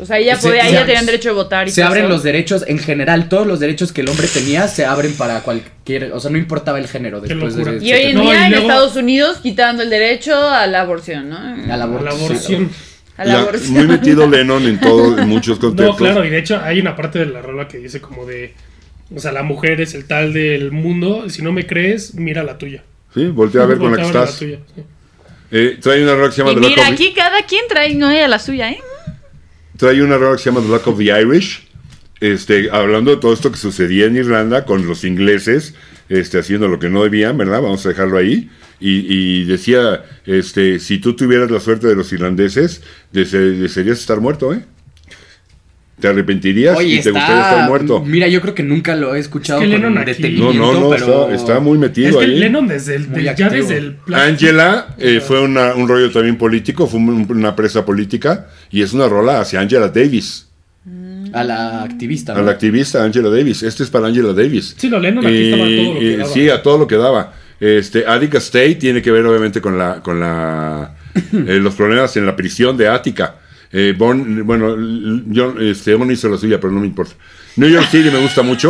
Speaker 4: O sea, ella
Speaker 2: Se-
Speaker 4: podía,
Speaker 2: se-
Speaker 4: ella tenían derecho de votar y
Speaker 2: Se
Speaker 4: todo
Speaker 2: abren
Speaker 4: eso.
Speaker 2: los derechos, en general, todos los derechos que el hombre tenía se abren para cualquier, o sea, no importaba el género
Speaker 3: Qué
Speaker 2: después de
Speaker 3: locura.
Speaker 2: ese-
Speaker 4: Y hoy en
Speaker 3: No, y
Speaker 4: día en
Speaker 3: luego-
Speaker 4: Estados Unidos quitando el derecho a la aborción, ¿no?
Speaker 2: a la
Speaker 3: La
Speaker 2: aborto,
Speaker 3: aborción.
Speaker 2: sí.
Speaker 4: A la
Speaker 1: La-
Speaker 4: aborción.
Speaker 1: muy metido Lennon en todo, en muchos
Speaker 3: No,
Speaker 1: contextos.
Speaker 3: claro, y de hecho hay una parte de la rola que dice como de. O sea, la mujer es el tal del mundo. Si no me crees, mira la tuya.
Speaker 1: Sí, voltea a ver con la que
Speaker 3: Voltea a
Speaker 1: estás.
Speaker 3: tuya, sí.
Speaker 1: Eh, trae una rola que se llama
Speaker 4: Y
Speaker 1: The Lock
Speaker 4: mira,
Speaker 1: of-
Speaker 4: aquí cada quien trae no ella la suya, ¿eh?
Speaker 1: Trae una rola que se llama The Luck of the Irish, este, hablando de todo esto que sucedía en Irlanda con los ingleses, este, haciendo lo que no debían, ¿verdad? Vamos a dejarlo ahí. Y, y decía, este, si tú tuvieras la suerte de los irlandeses, dese- desearías estar muerto, ¿eh? Te arrepentirías
Speaker 2: Oye,
Speaker 1: y te gustaría estar muerto.
Speaker 2: Mira, yo creo que nunca lo he escuchado
Speaker 3: Es que
Speaker 2: con
Speaker 3: Lennon aquí-
Speaker 1: No,
Speaker 2: detenimiento,
Speaker 1: no, no,
Speaker 2: pero
Speaker 1: está, está muy metido
Speaker 3: Es que
Speaker 1: ahí.
Speaker 3: Lennon desde el.
Speaker 2: Muy
Speaker 3: del- ya
Speaker 2: activo.
Speaker 3: desde el. plan-
Speaker 1: Angela eh, fue una- un rollo también político, fue un- una presa política y es una rola hacia Angela Davis.
Speaker 2: a la activista.
Speaker 1: A
Speaker 2: ¿no?
Speaker 1: la activista Angela Davis. Este es para Angela Davis.
Speaker 3: Sí, lo Lennon aquí estaba todo lo que
Speaker 1: Eh,
Speaker 3: daba.
Speaker 1: Sí, a todo lo que daba. Este, Attica State tiene que ver obviamente con la con la eh, los problemas en la prisión de Attica. Eh, Bon- bueno, l- yo este, Bon hizo la suya, pero no me importa. New York City me gusta mucho,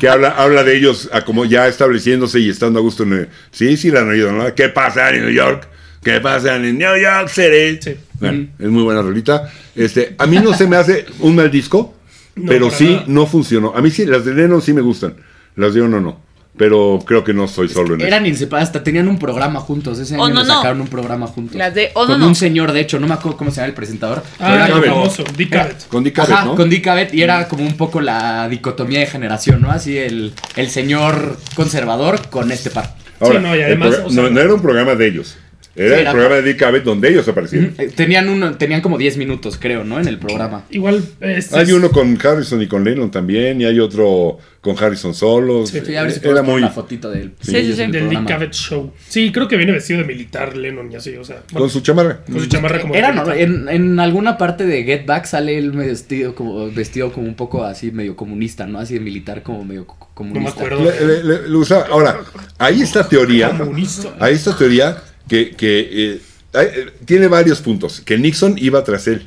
Speaker 1: que habla, habla de ellos a como ya estableciéndose y estando a gusto en eh, Sí, sí la han oído, ¿no? ¿Qué pasa en New York? ¿Qué pasa en New York City?
Speaker 3: Sí.
Speaker 1: Bueno, es muy buena rolita. Este, a mí no se me hace un mal disco,
Speaker 3: No,
Speaker 1: pero
Speaker 3: para
Speaker 1: sí
Speaker 3: nada.
Speaker 1: no funcionó. A mí sí, las de Lennon sí me gustan. Las de Ono no. Pero creo que no soy solo en eso.
Speaker 2: Eran inseparables, hasta tenían un programa juntos. Ese año
Speaker 4: Oh, no,
Speaker 2: le
Speaker 4: no.
Speaker 2: sacaron un programa juntos.
Speaker 4: Las de Oh,
Speaker 2: Con
Speaker 4: no, no.
Speaker 2: un señor, de hecho, no me acuerdo cómo se llama el presentador.
Speaker 3: Ah,
Speaker 2: Era
Speaker 3: el
Speaker 1: Cabot.
Speaker 2: como-
Speaker 3: famoso, Dick Cavett.
Speaker 1: Con Dick Cavett,
Speaker 2: Ajá,
Speaker 1: ¿no?
Speaker 2: con Dick Cavett, y era como un poco la dicotomía de generación, ¿no? Así el, el señor conservador con este par.
Speaker 1: Ahora,
Speaker 3: Sí, no, y
Speaker 1: el
Speaker 3: además,
Speaker 1: progra-
Speaker 3: o sea-
Speaker 1: no, no era un programa de ellos. Era
Speaker 2: Sí,
Speaker 1: el
Speaker 2: era-
Speaker 1: programa de Dick Cavett donde ellos aparecieron.
Speaker 2: Eh, Tenían, uno, tenían como 10 minutos, creo, ¿no? En el programa.
Speaker 3: Igual. Este
Speaker 1: Hay
Speaker 3: es-
Speaker 1: uno con Harrison y con Lennon también, y hay otro con Harrison solos.
Speaker 3: Sí,
Speaker 2: Sí, a ver si
Speaker 1: Eh,
Speaker 2: podemos
Speaker 1: era
Speaker 2: poner
Speaker 1: muy
Speaker 2: una fotito del
Speaker 1: Sí,
Speaker 2: de ellos
Speaker 4: sí, sí.
Speaker 2: en el
Speaker 3: Del Dick
Speaker 2: programa.
Speaker 3: Cavett Show. Sí, creo que viene vestido de militar Lennon y así, o sea. bueno,
Speaker 1: con su chamarra.
Speaker 3: con su chamarra como. de
Speaker 2: Era
Speaker 3: militar.
Speaker 2: no, en, en alguna parte de Get Back sale él medio vestido como vestido como un poco así medio comunista, ¿no? Así de militar como medio co-
Speaker 3: No me
Speaker 2: comunista.
Speaker 3: acuerdo.
Speaker 1: Le- le- le- le usaba- Ahora, hay esta teoría.
Speaker 3: Comunista.
Speaker 1: Hay esta teoría que, que, eh, hay- eh, tiene varios puntos. Que Nixon iba tras él.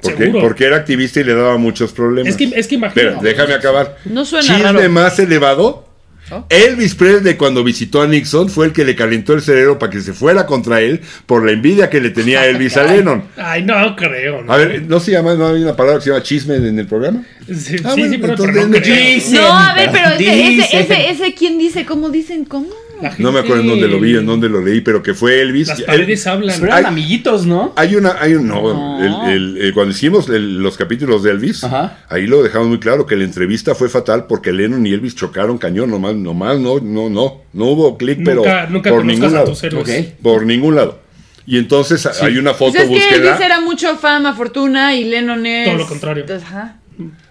Speaker 1: ¿Por qué?
Speaker 3: Seguro.
Speaker 1: Porque era activista y le daba muchos problemas.
Speaker 3: Es que, es que imagino.
Speaker 1: Espera, déjame acabar.
Speaker 4: No suena
Speaker 1: Chisme
Speaker 4: raro.
Speaker 1: más elevado.
Speaker 4: ¿No?
Speaker 1: Elvis Presley cuando visitó a Nixon fue el que le calentó el cerebro para que se fuera contra él por la envidia que le tenía Elvis a Lennon.
Speaker 3: Ay, no creo. ¿no?
Speaker 1: A ver, ¿no se llama, no hay una palabra que se llama chisme en el programa?
Speaker 3: Sí,
Speaker 1: Ah,
Speaker 3: sí,
Speaker 1: bueno,
Speaker 3: sí, pero, pero
Speaker 1: entonces,
Speaker 3: no creo.
Speaker 2: Jason.
Speaker 4: No, a
Speaker 2: ah,
Speaker 4: ver, pero ese, ese,
Speaker 2: Dicen.
Speaker 4: ese, ese, ¿quién dice? ¿Cómo dicen? ¿Cómo?
Speaker 3: La gente-
Speaker 1: No me acuerdo en dónde lo vi, en dónde lo leí, pero que fue Elvis.
Speaker 3: Las
Speaker 1: Él-
Speaker 3: paredes hablan.
Speaker 2: Pues, Pero eran
Speaker 1: Ay.
Speaker 2: amiguitos, ¿no?
Speaker 1: Hay una, hay un, no,
Speaker 4: No.
Speaker 1: el- el- el- cuando hicimos el- los capítulos de Elvis,
Speaker 2: Ajá.
Speaker 1: ahí lo dejamos muy claro que la entrevista fue fatal porque Lennon y Elvis chocaron cañón, nomás nomás no, no, no. No hubo clic, pero
Speaker 3: Nunca, nunca
Speaker 1: por
Speaker 3: conozcas
Speaker 1: ningún
Speaker 3: a
Speaker 1: lado.
Speaker 3: tus héroes.
Speaker 2: Ok.
Speaker 1: Por ningún lado. Y entonces hay una
Speaker 4: Pues
Speaker 1: foto
Speaker 4: es que
Speaker 1: búsqueda.
Speaker 4: Elvis era mucho fama, fortuna y Lennon es.
Speaker 3: Todo lo contrario.
Speaker 4: Ajá.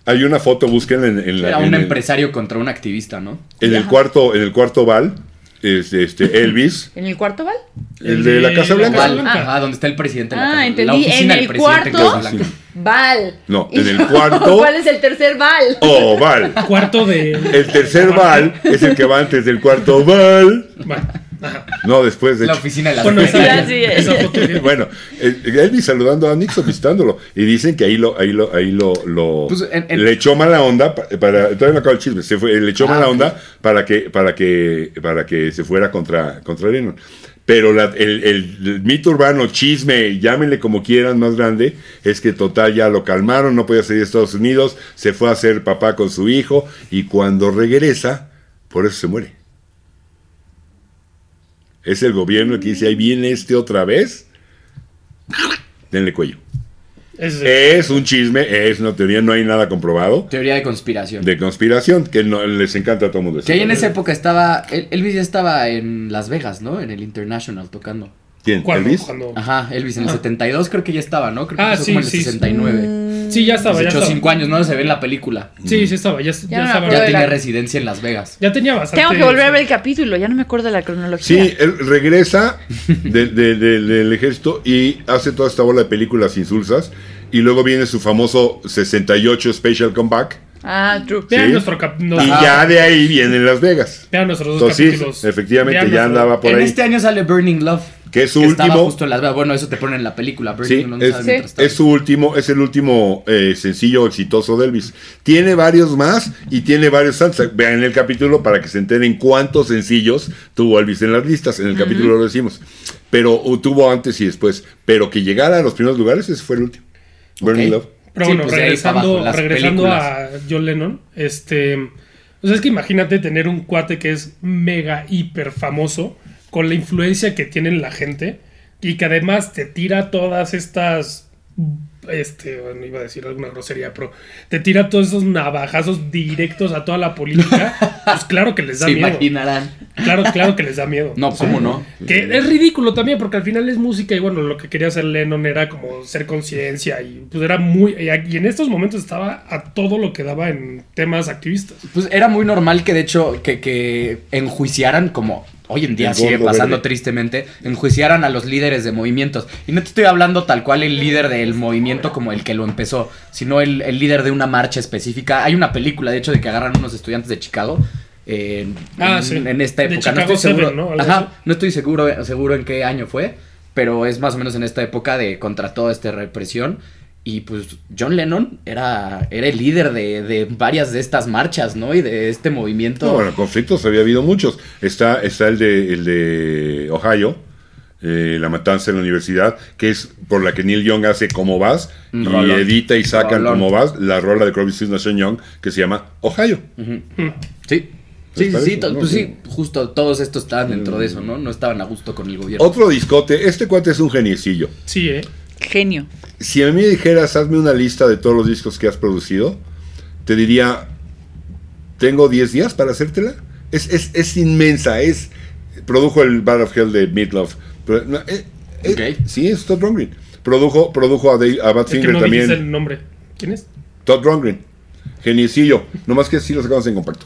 Speaker 1: Hay una foto búsqueda en, en la-
Speaker 2: Era
Speaker 1: en
Speaker 2: un
Speaker 1: el-
Speaker 2: empresario contra un activista, ¿no?
Speaker 1: en el cuarto, en el cuarto bal, este, este, Elvis,
Speaker 4: ¿En el cuarto bal?
Speaker 1: el de la Casa
Speaker 3: La
Speaker 1: Blanca.
Speaker 3: Casa
Speaker 2: ¿Cuál?
Speaker 3: Blanca.
Speaker 2: Ajá, donde está el presidente. de la Casa-
Speaker 4: Ah,
Speaker 2: la
Speaker 4: entendí. En
Speaker 2: oficina del
Speaker 4: el
Speaker 2: presidente en
Speaker 4: cuarto.
Speaker 2: Casa Blanca.
Speaker 4: Val.
Speaker 1: No,
Speaker 4: Y
Speaker 1: en el
Speaker 4: yo,
Speaker 1: cuarto-
Speaker 4: ¿Cuál es el tercer bal?
Speaker 1: O bal.
Speaker 3: Cuarto de.
Speaker 1: Oh, El tercer bal es el que va antes del cuarto bal.
Speaker 3: Bueno, ajá.
Speaker 1: No, después de
Speaker 2: La
Speaker 1: hecho.
Speaker 2: oficina de la
Speaker 3: Bueno,
Speaker 2: Casa
Speaker 4: sí,
Speaker 3: esa,
Speaker 2: Blanca.
Speaker 4: ya, sí.
Speaker 3: esa foto de-
Speaker 1: Bueno, eh, Elvis saludando a Nixon, visitándolo. Y dicen que ahí lo, ahí lo, ahí lo, lo-
Speaker 2: Pues, en- en-
Speaker 1: le echó mala onda pa- para, todavía no acaba el chisme, se fue, le echó
Speaker 2: Ah,
Speaker 1: mala
Speaker 2: ok.
Speaker 1: onda para que, para que, para que se fuera contra, contra Lennon. Pero la- el, el- el mito urbano, chisme, llámenle como quieran, más grande, es que total ya lo calmaron, no podía salir de Estados Unidos, se fue a ser papá con su hijo, y cuando regresa, por eso se muere. Es el gobierno el que dice, ahí viene este otra vez. Denle cuello.
Speaker 3: ese-
Speaker 1: Es un chisme, es una teoría, no hay nada comprobado
Speaker 2: Teoría de conspiración.
Speaker 1: de conspiración, que no, les encanta a todo mundo.
Speaker 2: Que ahí en esa época estaba. El- Elvis ya estaba en Las Vegas, ¿no? En el International tocando.
Speaker 1: ¿Quién?
Speaker 3: cuando-
Speaker 1: ¿Elvis?
Speaker 3: cuando-
Speaker 2: Ajá, Elvis en el
Speaker 3: Ah.
Speaker 2: 72 creo que ya estaba, ¿no? Creo que
Speaker 3: Ah,
Speaker 2: empezó
Speaker 3: sí,
Speaker 2: como en el
Speaker 3: sí.
Speaker 2: 69.
Speaker 3: Sí, ya estaba,
Speaker 2: Se
Speaker 3: ya
Speaker 2: echó
Speaker 3: estaba.
Speaker 2: 5 años, no se ve en la película.
Speaker 3: Sí, sí estaba, ya, ya
Speaker 4: no me
Speaker 3: estaba.
Speaker 4: acuerdo
Speaker 2: Ya
Speaker 4: de
Speaker 2: tenía
Speaker 4: la-
Speaker 2: residencia en Las Vegas.
Speaker 3: Ya tenía bastante.
Speaker 4: Tengo que volver a ver el capítulo, ya no me acuerdo de la cronología.
Speaker 1: Sí, él regresa de- de- de- del ejército y hace toda esta bola de películas insulsas. Y luego viene su famoso 68 Special Comeback.
Speaker 4: Ah, true.
Speaker 3: Vean
Speaker 1: Sí.
Speaker 3: nuestro cap- no-
Speaker 1: Y
Speaker 2: Ajá.
Speaker 1: ya de ahí vienen Las Vegas.
Speaker 3: Vean nuestros dos
Speaker 1: Entonces,
Speaker 3: capítulos.
Speaker 1: sí, efectivamente,
Speaker 3: Vean
Speaker 1: ya
Speaker 3: nuestro-
Speaker 1: andaba por
Speaker 2: en
Speaker 1: ahí.
Speaker 2: este año sale Burning Love.
Speaker 1: Que es su
Speaker 2: estaba
Speaker 1: último-
Speaker 2: justo en Las Vegas. Bueno, eso te pone en la película. Burning
Speaker 1: Sí,
Speaker 2: Love no
Speaker 1: es,
Speaker 2: sabes
Speaker 4: Sí.
Speaker 2: mientras
Speaker 1: es
Speaker 2: tanto.
Speaker 1: su último, es el último eh, sencillo exitoso de Elvis. Tiene varios más y tiene varios antes. Vean el capítulo para que se enteren cuántos sencillos tuvo Elvis en las listas. En el capítulo lo decimos. Pero uh, tuvo antes y después. Pero que llegara a los primeros lugares, ese fue el último. Burning
Speaker 2: Ok.
Speaker 1: Love.
Speaker 3: Pero
Speaker 2: Sí,
Speaker 3: bueno,
Speaker 2: pues de ahí para
Speaker 3: regresando,
Speaker 2: abajo, las
Speaker 3: regresando a John Lennon, este. O sea, es que imagínate tener un cuate que es mega hiper famoso, con la influencia que tiene en la gente, y que además te tira todas estas. Este, bueno, iba a decir alguna grosería, pero te tira todos esos navajazos directos a toda la política. Pues claro que les da
Speaker 2: Se
Speaker 3: miedo.
Speaker 2: imaginarán.
Speaker 3: Claro, claro que les da miedo.
Speaker 2: No, ¿cómo no?
Speaker 3: Que es ridículo también, porque al final es música y bueno, lo que quería hacer Lennon era como ser conciencia y pues era muy... Y a- y en estos momentos estaba a todo lo que daba en temas activistas.
Speaker 2: Pues era muy normal que de hecho que, que enjuiciaran como hoy en día
Speaker 1: El
Speaker 2: sigue
Speaker 1: gordo
Speaker 2: pasando
Speaker 1: verde.
Speaker 2: tristemente, enjuiciaran a los líderes de movimientos. Y no te estoy hablando tal cual el líder del movimiento como el que lo empezó, sino el, el líder de una marcha específica. Hay una película de hecho de que agarran unos estudiantes de Chicago. eh, en-
Speaker 3: Ah,
Speaker 2: en,
Speaker 3: sí.
Speaker 2: en esta
Speaker 3: De
Speaker 2: época.
Speaker 3: Chicago
Speaker 2: no estoy seguro,
Speaker 3: Seven, ¿no? Algo
Speaker 2: Ajá,
Speaker 3: así.
Speaker 2: no estoy seguro, seguro en qué año fue, pero es más o menos en esta época de contra toda esta represión. Y pues John Lennon era, era el líder de, de varias de estas marchas, ¿no? Y de este movimiento.
Speaker 1: No, bueno, conflictos había habido muchos. Está, está el de el de Ohio, eh, la matanza en la universidad, que es por la que Neil Young hace Como Vas,
Speaker 2: Un
Speaker 1: y
Speaker 2: Mm. rolón.
Speaker 1: edita y sacan
Speaker 2: Rolón.
Speaker 1: Como Vas, la rola de Crosby Stills Nash Young, que se llama Ohio.
Speaker 2: Sí.
Speaker 1: ¿Les
Speaker 2: Sí, sí,
Speaker 1: parece?
Speaker 2: sí, to-
Speaker 1: No,
Speaker 2: pues
Speaker 1: sí. Mm.
Speaker 2: sí, justo todos estos estaban dentro de eso, ¿no? No estaban a gusto con el gobierno.
Speaker 1: Otro discote, este cuate es un geniecillo.
Speaker 3: Sí, ¿eh?
Speaker 4: Genio.
Speaker 1: Si a mí me dijeras, hazme una lista de todos los discos que has producido, te diría, tengo 10 días para hacértela. Es, es, es inmensa, es... Produjo el Battle of Hell de Meatloaf. Pero, no, eh, eh,
Speaker 2: Ok.
Speaker 1: Sí, es Todd Rundgren. Produjo, produjo a, Dave- a Bad
Speaker 3: Es que
Speaker 1: Singer
Speaker 3: no
Speaker 1: también.
Speaker 3: dijiste el nombre. ¿Quién es?
Speaker 1: Todd Rundgren. Geniecillo. Nomás que sí lo sacamos en compacto.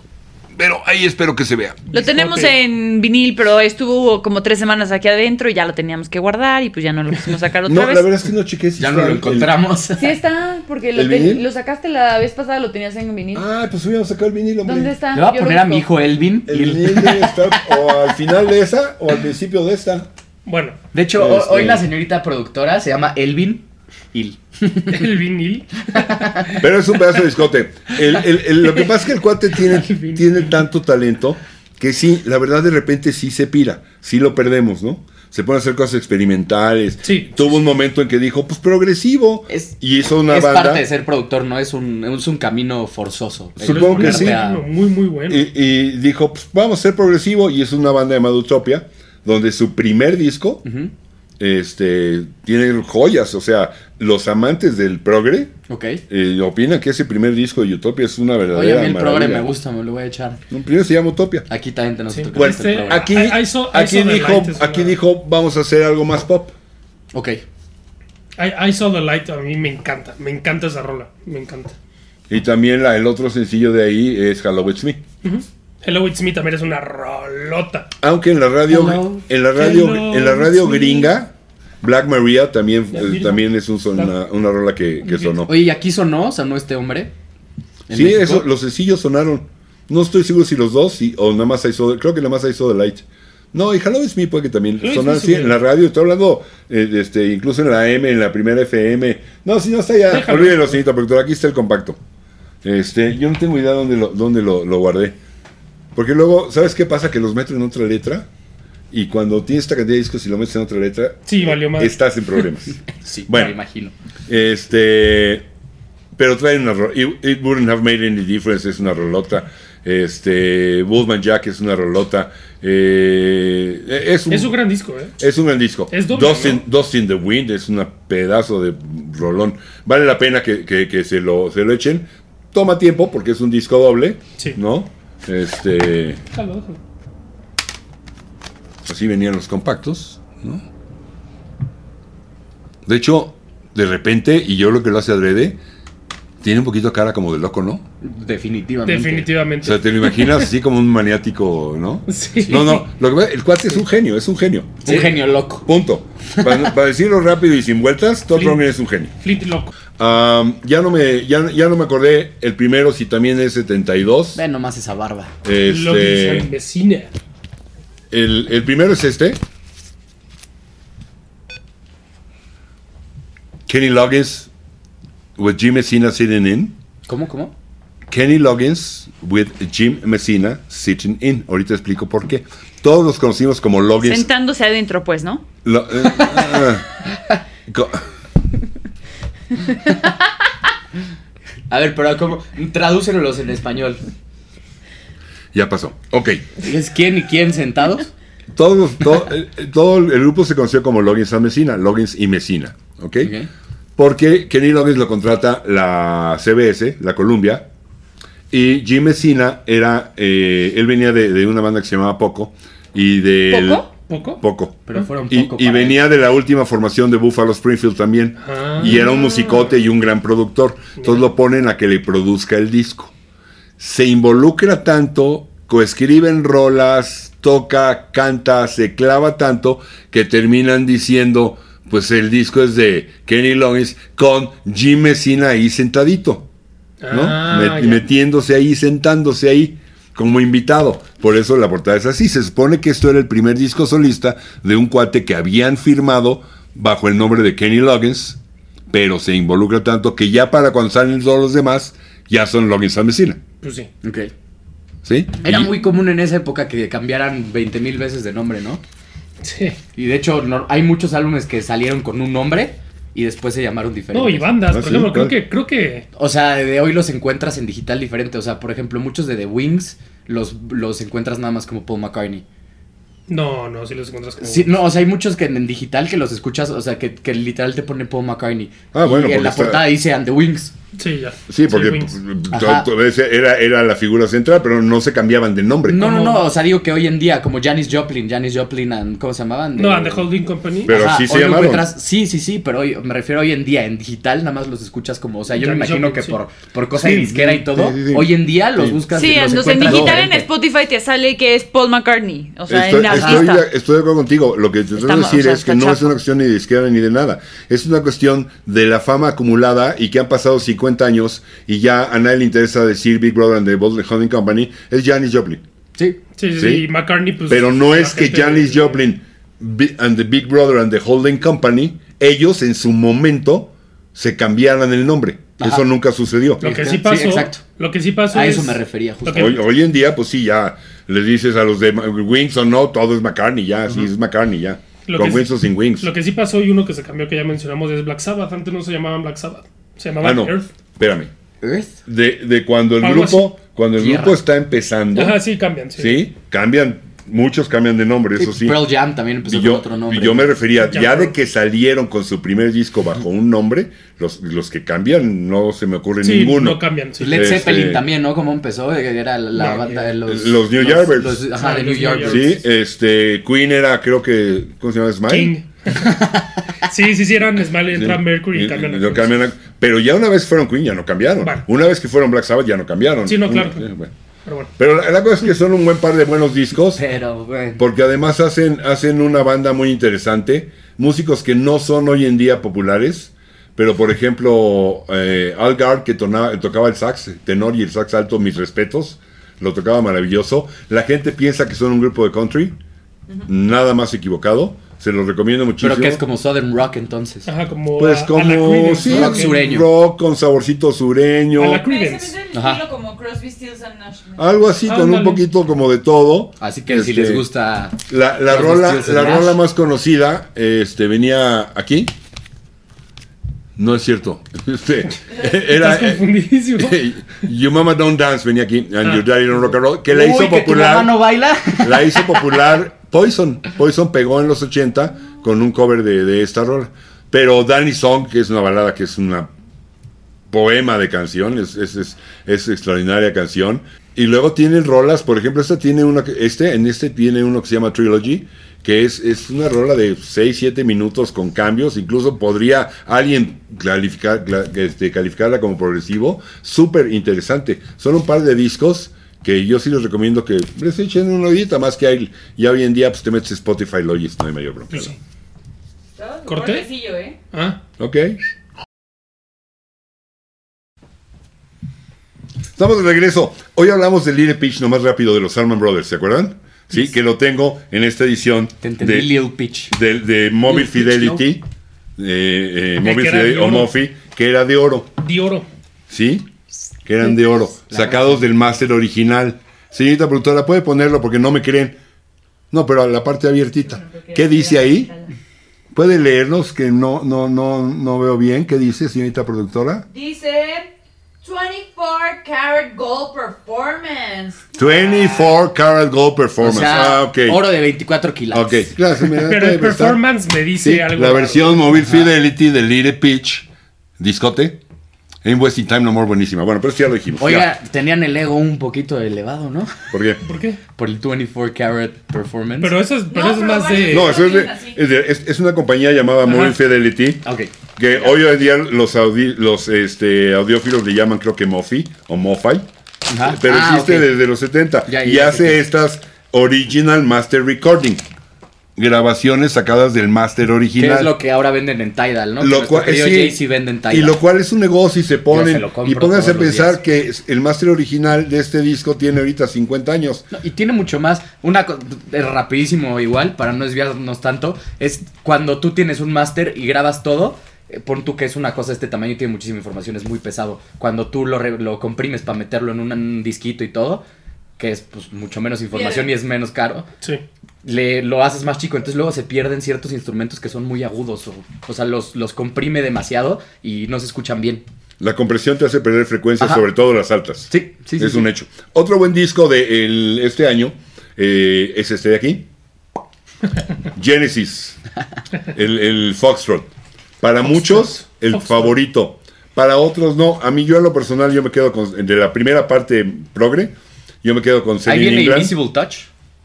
Speaker 1: Pero ahí espero que se vea.
Speaker 4: Lo tenemos
Speaker 3: Discote.
Speaker 4: en vinil, pero estuvo como tres semanas aquí adentro y ya lo teníamos que guardar y pues ya no lo quisimos sacar otra
Speaker 1: No,
Speaker 4: vez.
Speaker 1: la verdad es que no chequé si
Speaker 2: Ya
Speaker 1: está
Speaker 2: no lo
Speaker 1: el-
Speaker 2: encontramos.
Speaker 4: Sí está, porque lo,
Speaker 1: ¿El
Speaker 4: ten-
Speaker 1: vinil?
Speaker 4: lo sacaste la vez pasada, lo tenías en vinil.
Speaker 1: Ah, pues hubiéramos sacado el vinilo, hombre.
Speaker 4: ¿Dónde está?
Speaker 2: Le voy a
Speaker 4: Yo lo
Speaker 2: poner a mi
Speaker 4: busco.
Speaker 2: hijo Elvin. y
Speaker 1: El
Speaker 2: el-
Speaker 1: vinil debe estar o al final de esa o al principio de esta.
Speaker 3: Bueno,
Speaker 2: De hecho, ho-
Speaker 1: Este-
Speaker 2: hoy la señorita productora se llama Elvin Il.
Speaker 3: el vinil.
Speaker 1: Pero es un pedazo de discote. El- el- el- lo que pasa es que el cuate tiene, tiene tanto talento que sí, la verdad de repente sí se pira, sí lo perdemos, ¿no? Se pone a hacer cosas experimentales.
Speaker 3: Sí.
Speaker 1: Tuvo un momento en que dijo, pues progresivo.
Speaker 2: Es-
Speaker 1: y hizo una
Speaker 2: es
Speaker 1: banda.
Speaker 2: parte de ser productor, no es un, es un camino forzoso. El
Speaker 1: Supongo que
Speaker 2: ponerte
Speaker 1: sí.
Speaker 2: a-
Speaker 3: Bueno, muy, muy bueno.
Speaker 1: Y, y dijo, pues vamos a ser progresivo. Y es una banda llamada Utopia, donde su primer disco
Speaker 2: Ujú.
Speaker 1: este, tiene joyas. O sea, los amantes del progre
Speaker 2: Ok.
Speaker 1: eh, opinan que ese primer disco de Utopia es una
Speaker 2: Oye, a
Speaker 1: verdadera
Speaker 2: mí el programa
Speaker 1: maravilla.
Speaker 2: me gusta, me lo voy a echar.
Speaker 1: No, primero se llama Utopia.
Speaker 2: Aquí también tenemos
Speaker 3: Sí.
Speaker 2: otro que
Speaker 1: Bueno,
Speaker 2: no está el
Speaker 3: este,
Speaker 2: programa.
Speaker 1: Aquí,
Speaker 3: I- I saw- I
Speaker 1: aquí
Speaker 3: saw the
Speaker 1: dijo,
Speaker 3: light es
Speaker 1: aquí
Speaker 3: una-
Speaker 1: dijo, vamos a hacer algo más pop.
Speaker 2: Ok.
Speaker 3: I, I Saw the Light a mí me encanta. Me encanta esa rola. Me encanta.
Speaker 1: Y también la- el otro sencillo de ahí es Hello It's Me.
Speaker 3: Hello It's Me también es una rolota.
Speaker 1: Aunque en la radio,
Speaker 2: Hello.
Speaker 1: en la radio,
Speaker 3: Hello,
Speaker 1: en la radio
Speaker 3: it's me.
Speaker 1: gringa, Black Maria también,
Speaker 3: Ya,
Speaker 1: eh,
Speaker 3: mira.
Speaker 1: también es un son- una, una rola que, que sonó.
Speaker 2: Oye, ¿y aquí sonó? ¿Sonó este hombre? ¿En
Speaker 1: Sí,
Speaker 2: México?
Speaker 1: eso, los sencillos sonaron. No estoy seguro si los dos sí, o nada más hizo, creo que nada más hizo The Light. No, y Hello It's Me puede que también
Speaker 3: Hello It's
Speaker 1: sonaron
Speaker 3: Me
Speaker 1: sí,
Speaker 3: sí.
Speaker 1: en la radio. Estoy hablando, eh, este, incluso en la M, en la primera FM. No, si no está ya,
Speaker 3: Déjalo.
Speaker 1: olvídelo, señorita productora. Aquí está el compacto. Este, yo no tengo idea dónde lo, dónde lo, lo guardé. Porque luego, ¿sabes qué pasa? Que los meto en otra letra. Y cuando tienes esta cantidad de discos y lo metes en otra letra,
Speaker 3: Sí, valió más.
Speaker 1: estás en problemas.
Speaker 2: Sí,
Speaker 1: Bueno.
Speaker 2: me imagino.
Speaker 1: Este. Pero traen una ro- It, It Wouldn't Have Made Any Difference es una rolota. Este. Wolfman Jack es una rolota. eh, es, un,
Speaker 3: Es un gran disco, ¿eh?
Speaker 1: es un gran disco.
Speaker 3: Es doble,
Speaker 1: Dust, in,
Speaker 3: ¿no?
Speaker 1: Dust in the Wind es un pedazo de rolón. Vale la pena que, que- que se, lo, se lo echen. Toma tiempo porque es un disco doble.
Speaker 3: Sí.
Speaker 1: ¿No? Este.
Speaker 3: Déjalo, déjalo.
Speaker 1: Así pues venían los compactos, ¿no? De hecho, de repente, y yo lo que lo hace adrede, tiene un poquito cara como de loco, ¿no?
Speaker 2: Definitivamente.
Speaker 1: O
Speaker 3: Definitivamente.
Speaker 1: sea, te lo imaginas así como un maniático, ¿no?
Speaker 3: Sí.
Speaker 1: No, no, lo que pasa- el cuate es un genio, es un genio.
Speaker 2: Un genio loco.
Speaker 1: Punto. Para, para decirlo rápido y sin vueltas, Todd
Speaker 3: Flint.
Speaker 1: Rundgren es un genio.
Speaker 3: Fleet Loco.
Speaker 1: Am, ya, no me, ya, ya no me acordé el primero, si también es 72.
Speaker 2: Ve nomás esa barba.
Speaker 3: Lo dice mi
Speaker 1: Este,
Speaker 3: vecina.
Speaker 1: el, el primero es este. Kenny Loggins with Jim Messina sitting in.
Speaker 2: ¿Cómo, cómo?
Speaker 1: Kenny Loggins with Jim Messina sitting in. Ahorita explico por qué. Todos los conocimos como Loggins.
Speaker 4: Sentándose adentro, pues, ¿no?
Speaker 1: Lo- eh, ah, co-
Speaker 2: A ver, pero ¿cómo? Tradúcenlos en español.
Speaker 1: ya pasó. Ok.
Speaker 2: ¿Es quién y quién sentados?
Speaker 1: Todos, los- to- eh, todo el grupo se conoció como Loggins and Messina. Loggins y Messina.
Speaker 2: Ok.
Speaker 1: Porque Kenny Loggins lo contrata la CBS, la Columbia, y Jim Messina era, eh, él venía de, de una banda que se llamaba Poco, y de...
Speaker 4: ¿Poco?
Speaker 3: ¿Poco?
Speaker 1: Poco.
Speaker 2: Pero fueron
Speaker 1: Y,
Speaker 2: poco.
Speaker 1: y
Speaker 2: para
Speaker 1: venía de la última formación de Buffalo Springfield también,
Speaker 3: Ah.
Speaker 1: y era un musicote y un gran productor, entonces lo ponen a que le produzca el disco. Se involucra tanto, coescriben rolas, toca, canta, se clava tanto, que terminan diciendo, pues el disco es de Kenny Loggins con Jim Messina ahí sentadito. ¿no?
Speaker 3: Ah,
Speaker 1: Met-
Speaker 3: ya.
Speaker 1: metiéndose ahí, sentándose ahí como invitado. Por eso la portada es así. Se supone que esto era el primer disco solista de un cuate que habían firmado bajo el nombre de Kenny Loggins, pero se involucra tanto que ya para cuando salen todos los demás, ya son Loggins and Messina.
Speaker 3: Pues sí.
Speaker 2: Ok.
Speaker 1: ¿Sí?
Speaker 2: Era
Speaker 1: Y-
Speaker 2: muy común en esa época que cambiaran 20 mil veces de nombre, ¿no?
Speaker 3: Sí.
Speaker 2: Y de hecho, no- hay muchos álbumes que salieron con un nombre y después se llamaron diferentes.
Speaker 3: No, y bandas.
Speaker 1: Ah,
Speaker 3: por
Speaker 1: sí,
Speaker 3: ejemplo, creo
Speaker 1: claro.
Speaker 3: que, creo que
Speaker 2: O sea, de hoy los encuentras en digital diferente. O sea, por ejemplo, muchos de The Wings los, los encuentras nada más como Paul McCartney.
Speaker 3: No, no, si los encuentras como.
Speaker 2: Sí, no, o sea, hay muchos que en, en digital que los escuchas, o sea, que, que literal te pone Paul McCartney.
Speaker 1: Ah, bueno,
Speaker 2: Y
Speaker 1: porque
Speaker 2: en la
Speaker 1: está-
Speaker 2: portada dice And The Wings.
Speaker 3: Sí, ya.
Speaker 1: Sí, porque pues,
Speaker 3: Wings.
Speaker 2: Ajá.
Speaker 1: t- t- era, era la figura central, pero no se cambiaban de nombre.
Speaker 2: No, no,
Speaker 3: ¿Cómo?
Speaker 2: no, o sea, digo que hoy en día, como Janis Joplin, Janis Joplin, and, ¿cómo se llamaban?
Speaker 3: No, and the Holding Company.
Speaker 1: Pero- sí se
Speaker 2: hoy
Speaker 1: llamaron.
Speaker 2: encuentras- Sí, sí, sí, pero hoy, me refiero hoy en día, en digital nada más los escuchas como, o sea, yo me
Speaker 3: Janis
Speaker 2: imagino
Speaker 3: Joplin,
Speaker 2: que
Speaker 3: sí.
Speaker 2: por, por cosa
Speaker 1: Sí,
Speaker 2: de disquera y todo,
Speaker 1: sí, sí, sí.
Speaker 2: hoy en día los
Speaker 1: Sí.
Speaker 2: buscas
Speaker 4: Sí,
Speaker 2: y los
Speaker 4: entonces en
Speaker 2: encuentras
Speaker 4: digital en
Speaker 2: diferente.
Speaker 4: Spotify te sale que es Paul McCartney. O sea,
Speaker 1: Estoy,
Speaker 4: en
Speaker 1: estoy
Speaker 4: artista.
Speaker 1: de, estoy de acuerdo contigo. Lo que te trato de
Speaker 4: Estamos-
Speaker 1: decir
Speaker 4: o sea,
Speaker 1: es que
Speaker 4: está
Speaker 1: no es
Speaker 4: chafa.
Speaker 1: una cuestión ni de izquierda ni de nada. Es una cuestión de la fama acumulada y que han pasado 50 años y ya a nadie le interesa decir Big Brother and the Bottle Hunting Company. Es Janis Joplin.
Speaker 2: Sí,
Speaker 3: Sí, sí,
Speaker 1: Sí.
Speaker 3: Pues sí. y McCartney, pues.
Speaker 1: Pero no
Speaker 3: la
Speaker 1: es que
Speaker 3: gente-
Speaker 1: Janis Joplin Bi- and the Big Brother and the Holding Company, ellos en su momento se cambiaran el nombre.
Speaker 2: Ajá.
Speaker 1: Eso nunca sucedió.
Speaker 3: Lo que
Speaker 2: Ajá. Sí,
Speaker 3: sí pasó.
Speaker 2: exacto.
Speaker 3: Lo que sí pasó.
Speaker 2: a
Speaker 3: es-
Speaker 2: eso me refería justo.
Speaker 3: lo que-
Speaker 1: Hoy, hoy en día, pues sí, ya les dices a los de Ma- Wings o no, todo es McCartney, ya, sí, es McCartney, ya.
Speaker 3: Lo
Speaker 1: Con
Speaker 3: que
Speaker 1: Wings
Speaker 3: sí-
Speaker 1: o sin Wings.
Speaker 3: Lo que sí pasó y uno que se cambió que ya mencionamos es Black Sabbath. Antes no se llamaban Black Sabbath. Se
Speaker 1: Ah,
Speaker 3: llamaban
Speaker 1: no,
Speaker 3: Earth.
Speaker 1: espérame.
Speaker 2: Earth.
Speaker 1: De, de cuando el
Speaker 3: Algo
Speaker 1: grupo, cuando el
Speaker 2: Tierra.
Speaker 1: grupo está empezando,
Speaker 3: Ajá, sí, cambian. Sí.
Speaker 1: ¿sí? Cambian Muchos cambian de nombre, eso sí.
Speaker 2: Pearl Jam también empezó
Speaker 1: Y
Speaker 2: con
Speaker 1: yo,
Speaker 2: otro nombre.
Speaker 1: y yo me refería,
Speaker 3: Ya,
Speaker 1: ya de
Speaker 3: claro.
Speaker 1: que salieron con su primer disco bajo un nombre, los, los que cambian, no se me ocurre
Speaker 3: Sí,
Speaker 1: ninguno.
Speaker 3: no cambian. sí.
Speaker 2: Led
Speaker 1: Este-
Speaker 2: Zeppelin también, ¿no? ¿Cómo empezó? Era la, la
Speaker 3: No,
Speaker 2: banda de los...
Speaker 1: los New Yardbirds.
Speaker 2: los- ajá,
Speaker 3: Ah,
Speaker 2: de New
Speaker 3: los New
Speaker 2: York.
Speaker 1: Sí, este, Queen era, creo que, ¿cómo se llama? Smile.
Speaker 3: King. sí, sí, sí, eran Smiley,
Speaker 1: Sí.
Speaker 3: entra Mercury
Speaker 1: Y-
Speaker 3: y cambian.
Speaker 1: y
Speaker 3: a
Speaker 1: lo
Speaker 3: Queen.
Speaker 1: cambian a- pero ya una vez fueron Queen, ya no cambiaron.
Speaker 3: Vale.
Speaker 1: Una vez que fueron Black Sabbath, ya no cambiaron.
Speaker 3: Sí, no,
Speaker 1: Una-
Speaker 3: claro.
Speaker 1: eh, bueno.
Speaker 3: Pero bueno.
Speaker 1: Pero la, la cosa es que son un buen par de buenos discos.
Speaker 2: Pero, bueno.
Speaker 1: Porque además hacen, hacen una banda muy interesante. Músicos que no son hoy en día populares. Pero por ejemplo, eh, Algar, que tona- tocaba el sax tenor y el sax alto, mis respetos. Lo tocaba maravilloso. La gente piensa que son un grupo de country. Nada más equivocado. Se los recomiendo muchísimo.
Speaker 2: Pero que es como Southern Rock entonces.
Speaker 3: Ajá, como.
Speaker 1: Pues
Speaker 3: a- a la
Speaker 1: como
Speaker 3: Creedence,
Speaker 1: sí,
Speaker 3: ¿no?
Speaker 2: rock
Speaker 3: Que-
Speaker 2: sureño.
Speaker 1: rock con saborcito sureño.
Speaker 3: A la
Speaker 5: Me parece
Speaker 3: Creedence.
Speaker 5: un
Speaker 2: Ajá.
Speaker 5: estilo como Crosby, Stills and Nash.
Speaker 1: Algo así, con un
Speaker 3: Ándale.
Speaker 1: poquito como de todo.
Speaker 2: Ah, Así que si
Speaker 1: Este,
Speaker 2: les gusta...
Speaker 1: La, la
Speaker 2: Los
Speaker 1: rola,
Speaker 2: Steels and
Speaker 1: la
Speaker 2: Nash.
Speaker 1: rola más conocida este, venía aquí. No es cierto. Este, era.
Speaker 3: Estás confundidísimo.
Speaker 1: eh, Your Mama Don't Dance venía aquí. And Your Daddy Don't Rock and Roll. Que la
Speaker 2: Ah. Uy,
Speaker 1: hizo
Speaker 2: que tu mamá
Speaker 1: popular.
Speaker 2: no baila.
Speaker 1: La hizo popular Poison. Poison pegó en los 80 con un cover de, de esta rola. Pero Danny Song, que es una balada que es una poema de canción, es, es, es- es extraordinaria canción. Y luego tienen rolas, por ejemplo, esta tiene una, que- este, en este tiene uno que se llama Trilogy, que es, es una rola de 6, 7 minutos con cambios, incluso podría alguien calificar, cla- este, calificarla como progresivo, súper interesante. Son un par de discos que yo sí les recomiendo que les echen una oídita, más que hay, ya hoy en día pues te metes Spotify, lo oyes, no hay mayor problema.
Speaker 3: Pues sí.
Speaker 5: Todo
Speaker 3: ¿Corté?
Speaker 5: fuertecillo, ¿eh?
Speaker 3: Ah,
Speaker 1: Ok. Estamos de regreso. Hoy hablamos del Little Pitch, nomás rápido, de los Salman Brothers, ¿se acuerdan? Sí, que lo tengo en esta edición
Speaker 2: Te entendí,
Speaker 1: de,
Speaker 2: Lil Peach.
Speaker 1: de, de Mobile
Speaker 2: Little Pitch, ¿no?
Speaker 1: Fidelity, eh, eh,
Speaker 3: Que
Speaker 1: Mobile
Speaker 3: era de
Speaker 1: Fidelity o
Speaker 3: oro.
Speaker 1: Mofi, que era de oro.
Speaker 3: di oro.
Speaker 1: ¿sí? Que eran de oro, sacados del máster original. Señorita productora, ¿puede ponerlo? Porque no me creen. No, pero a la parte abiertita. ¿Qué dice ahí? ¿Puede leernos? Que no, no, no, no veo bien. ¿Qué dice, señorita productora?
Speaker 5: Dice 24 Karat Gold Performance.
Speaker 1: 24 Carat Gold
Speaker 2: O
Speaker 1: Performance.
Speaker 2: sea,
Speaker 1: ah, ok.
Speaker 2: oro de 24 kilos.
Speaker 1: Ok, gracias. me da-
Speaker 3: Pero
Speaker 1: me
Speaker 3: el
Speaker 1: está-
Speaker 3: performance me dice
Speaker 1: Sí,
Speaker 3: algo.
Speaker 1: la
Speaker 3: raro.
Speaker 1: versión Mobile Fidelity de Little Pitch, discote. En Wasting Time No More, buenísima. Bueno, pero eso ya lo dijimos.
Speaker 2: Oiga,
Speaker 1: ya.
Speaker 2: tenían el ego un poquito elevado, ¿no?
Speaker 1: ¿Por qué?
Speaker 3: ¿Por qué?
Speaker 2: Por el 24 Karat Performance.
Speaker 3: Pero eso es, pero
Speaker 5: No,
Speaker 3: eso es
Speaker 5: pero
Speaker 3: más
Speaker 2: Eh,
Speaker 3: de.
Speaker 1: No, eso es, de-
Speaker 5: Lo mismo, sí.
Speaker 1: es, de- es- es una compañía llamada Mobile Fidelity
Speaker 2: Ok.
Speaker 1: que hoy en día los, audi- los este, audiófilos le llaman creo que Mofi o Mofi,
Speaker 2: Ajá.
Speaker 1: pero
Speaker 2: Ah,
Speaker 1: existe
Speaker 2: ok.
Speaker 1: desde los 70
Speaker 2: Ya, ya,
Speaker 1: y
Speaker 2: ya,
Speaker 1: hace
Speaker 2: ya.
Speaker 1: estas original master recording, grabaciones sacadas del master
Speaker 2: Que
Speaker 1: original.
Speaker 2: es lo que ahora venden en Tidal, ¿no?
Speaker 1: Lo
Speaker 2: Nuestro
Speaker 1: cual-
Speaker 2: querido
Speaker 1: sí.
Speaker 2: Jay-Z vende en Tidal.
Speaker 1: Y lo cual es un negocio y se
Speaker 2: Yo se
Speaker 1: ponen
Speaker 2: lo compro
Speaker 1: y pónganse a
Speaker 2: todos los
Speaker 1: pensar
Speaker 2: días.
Speaker 1: que es- el máster original de este disco tiene ahorita 50 años.
Speaker 2: No, y tiene mucho más. Una co- es rapidísimo igual, para no desviarnos tanto, es cuando tú tienes un máster y grabas todo, eh, pon tú que es una cosa de este tamaño y tiene muchísima información, es muy pesado. Cuando tú lo, re- lo comprimes para meterlo en un, un disquito y todo, que es pues, mucho menos información y es menos caro,
Speaker 3: Sí.
Speaker 2: le, lo haces más chico, entonces luego se pierden ciertos instrumentos que son muy agudos, o, o sea, los, los comprime demasiado y no se escuchan bien.
Speaker 1: La compresión te hace perder frecuencias,
Speaker 2: Ajá.
Speaker 1: sobre todo las altas.
Speaker 2: Sí, sí, sí,
Speaker 1: Es un
Speaker 2: sí.
Speaker 1: hecho. Otro buen disco de el- este año eh, es este de aquí. Genesis. El, el Foxtrot. Para muchos, el
Speaker 3: Foxtrot.
Speaker 1: favorito. Para otros, no. A mí, yo en lo personal, yo me quedo con... De la primera parte progre, yo me quedo con
Speaker 2: Ahí
Speaker 1: Celine
Speaker 2: viene
Speaker 1: England.
Speaker 2: Invisible Touch.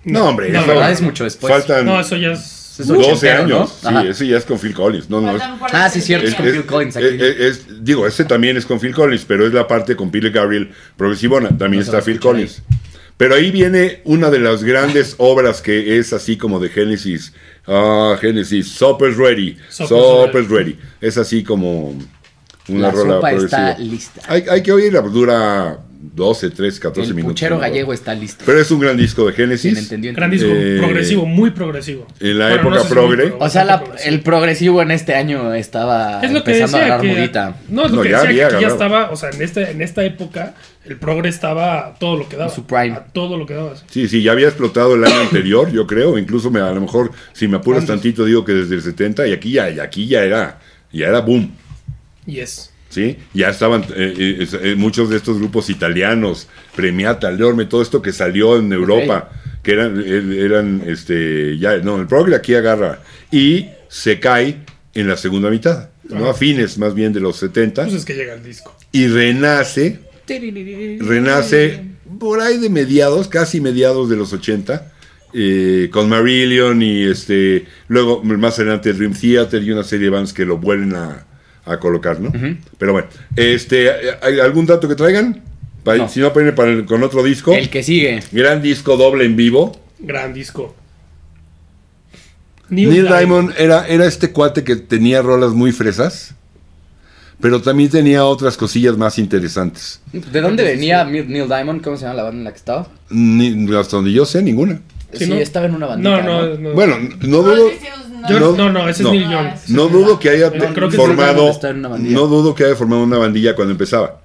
Speaker 1: No, hombre.
Speaker 3: No,
Speaker 1: eso-
Speaker 3: ¿verdad?
Speaker 2: Es mucho después.
Speaker 1: Faltan
Speaker 3: No, eso ya es.
Speaker 2: Es
Speaker 1: 12
Speaker 2: ochentero, ¿no?
Speaker 1: años.
Speaker 2: Ajá.
Speaker 1: Sí, ese ya es con Phil Collins. No, no, es-
Speaker 5: Faltan cuarenta
Speaker 2: Ah, sí, cierto, es
Speaker 1: es-
Speaker 2: con
Speaker 5: centenias.
Speaker 2: Phil Collins aquí.
Speaker 1: es- es- es- digo, este también es con Phil Collins, pero es la parte con Peter Gabriel progresivona. También
Speaker 2: No se
Speaker 1: está
Speaker 2: va a
Speaker 1: Phil
Speaker 2: escuchar
Speaker 1: Collins. Pero ahí viene una de las grandes obras que es así como de Genesis. Ah, Genesis, Supper's Ready.
Speaker 3: Supper's
Speaker 1: Supper's Ready. Es así como una
Speaker 2: La
Speaker 1: rola
Speaker 2: sopa
Speaker 1: progresiva.
Speaker 2: está lista.
Speaker 1: Hay, hay que oírla, dura 12, 13, 14
Speaker 2: El
Speaker 1: minutos.
Speaker 2: puchero
Speaker 1: ¿no?
Speaker 2: gallego está listo.
Speaker 1: Pero es un gran disco de
Speaker 2: Quien
Speaker 1: Genesis.
Speaker 2: entendió,
Speaker 3: Gran
Speaker 2: entendió.
Speaker 3: disco,
Speaker 1: Eh,
Speaker 3: progresivo, muy progresivo.
Speaker 1: en la
Speaker 3: Bueno,
Speaker 1: época
Speaker 3: no sé si
Speaker 1: progre.
Speaker 3: muy
Speaker 2: O sea, la-
Speaker 3: progresivo. pues,
Speaker 2: el progresivo en este año estaba
Speaker 3: es lo que
Speaker 2: empezando
Speaker 3: decía
Speaker 2: a agarrar
Speaker 3: que-
Speaker 2: mudita.
Speaker 3: No, es lo
Speaker 1: No,
Speaker 3: que
Speaker 1: ya
Speaker 3: decía
Speaker 1: había
Speaker 3: que aquí ya
Speaker 1: agarrado.
Speaker 3: estaba, o sea, en esta, en esta época el progre estaba a todo lo que daba.
Speaker 2: En su prime.
Speaker 3: A todo lo que daba. sí.
Speaker 1: Sí, sí, ya había explotado el año anterior, yo creo. Incluso me, a lo mejor, si me apuras
Speaker 3: Antes.
Speaker 1: tantito, digo que desde el 70 y aquí ya, y aquí ya era, ya era boom.
Speaker 3: Y es.
Speaker 1: ¿Sí? Ya estaban eh, eh, eh, muchos de estos grupos italianos, Premiata, Leorme, todo esto que salió en Europa, que eran, er- eran este, ya, no, el Brock aquí agarra y se cae en la segunda mitad, ¿no? A fines más bien de los 70
Speaker 3: Pues es que llega el disco.
Speaker 1: y renace, renace por ahí de mediados, casi mediados de los 80, eh, con Marillion y este, luego más adelante Dream Theater y una serie de bands que lo vuelven a, a colocar, ¿no? Pero bueno, este, ¿hay ¿algún dato que traigan? Pa-
Speaker 2: No.
Speaker 1: Si no, para ir para el- con otro disco.
Speaker 2: El que sigue.
Speaker 1: Gran disco doble en vivo.
Speaker 3: Gran disco.
Speaker 1: Neil Diamond era, era este cuate que tenía rolas muy fresas, pero también tenía otras cosillas más interesantes.
Speaker 2: ¿De dónde venía Neil Neil Diamond? ¿Cómo se llama la banda en la que estaba?
Speaker 1: Ni- hasta donde yo sé, ninguna.
Speaker 3: Sí,
Speaker 2: Sí,
Speaker 3: ¿no?
Speaker 2: estaba en una
Speaker 3: No,
Speaker 2: bandita.
Speaker 3: no,
Speaker 2: No,
Speaker 3: no.
Speaker 1: Bueno, no dudo,
Speaker 3: Yo-
Speaker 1: no,
Speaker 3: no, no, ese
Speaker 1: no.
Speaker 3: es Neil Young.
Speaker 1: no dudo que haya
Speaker 3: No, creo que Neil
Speaker 1: formado,
Speaker 2: Diamond está en una bandilla.
Speaker 1: no dudo que haya formado una bandilla cuando empezaba,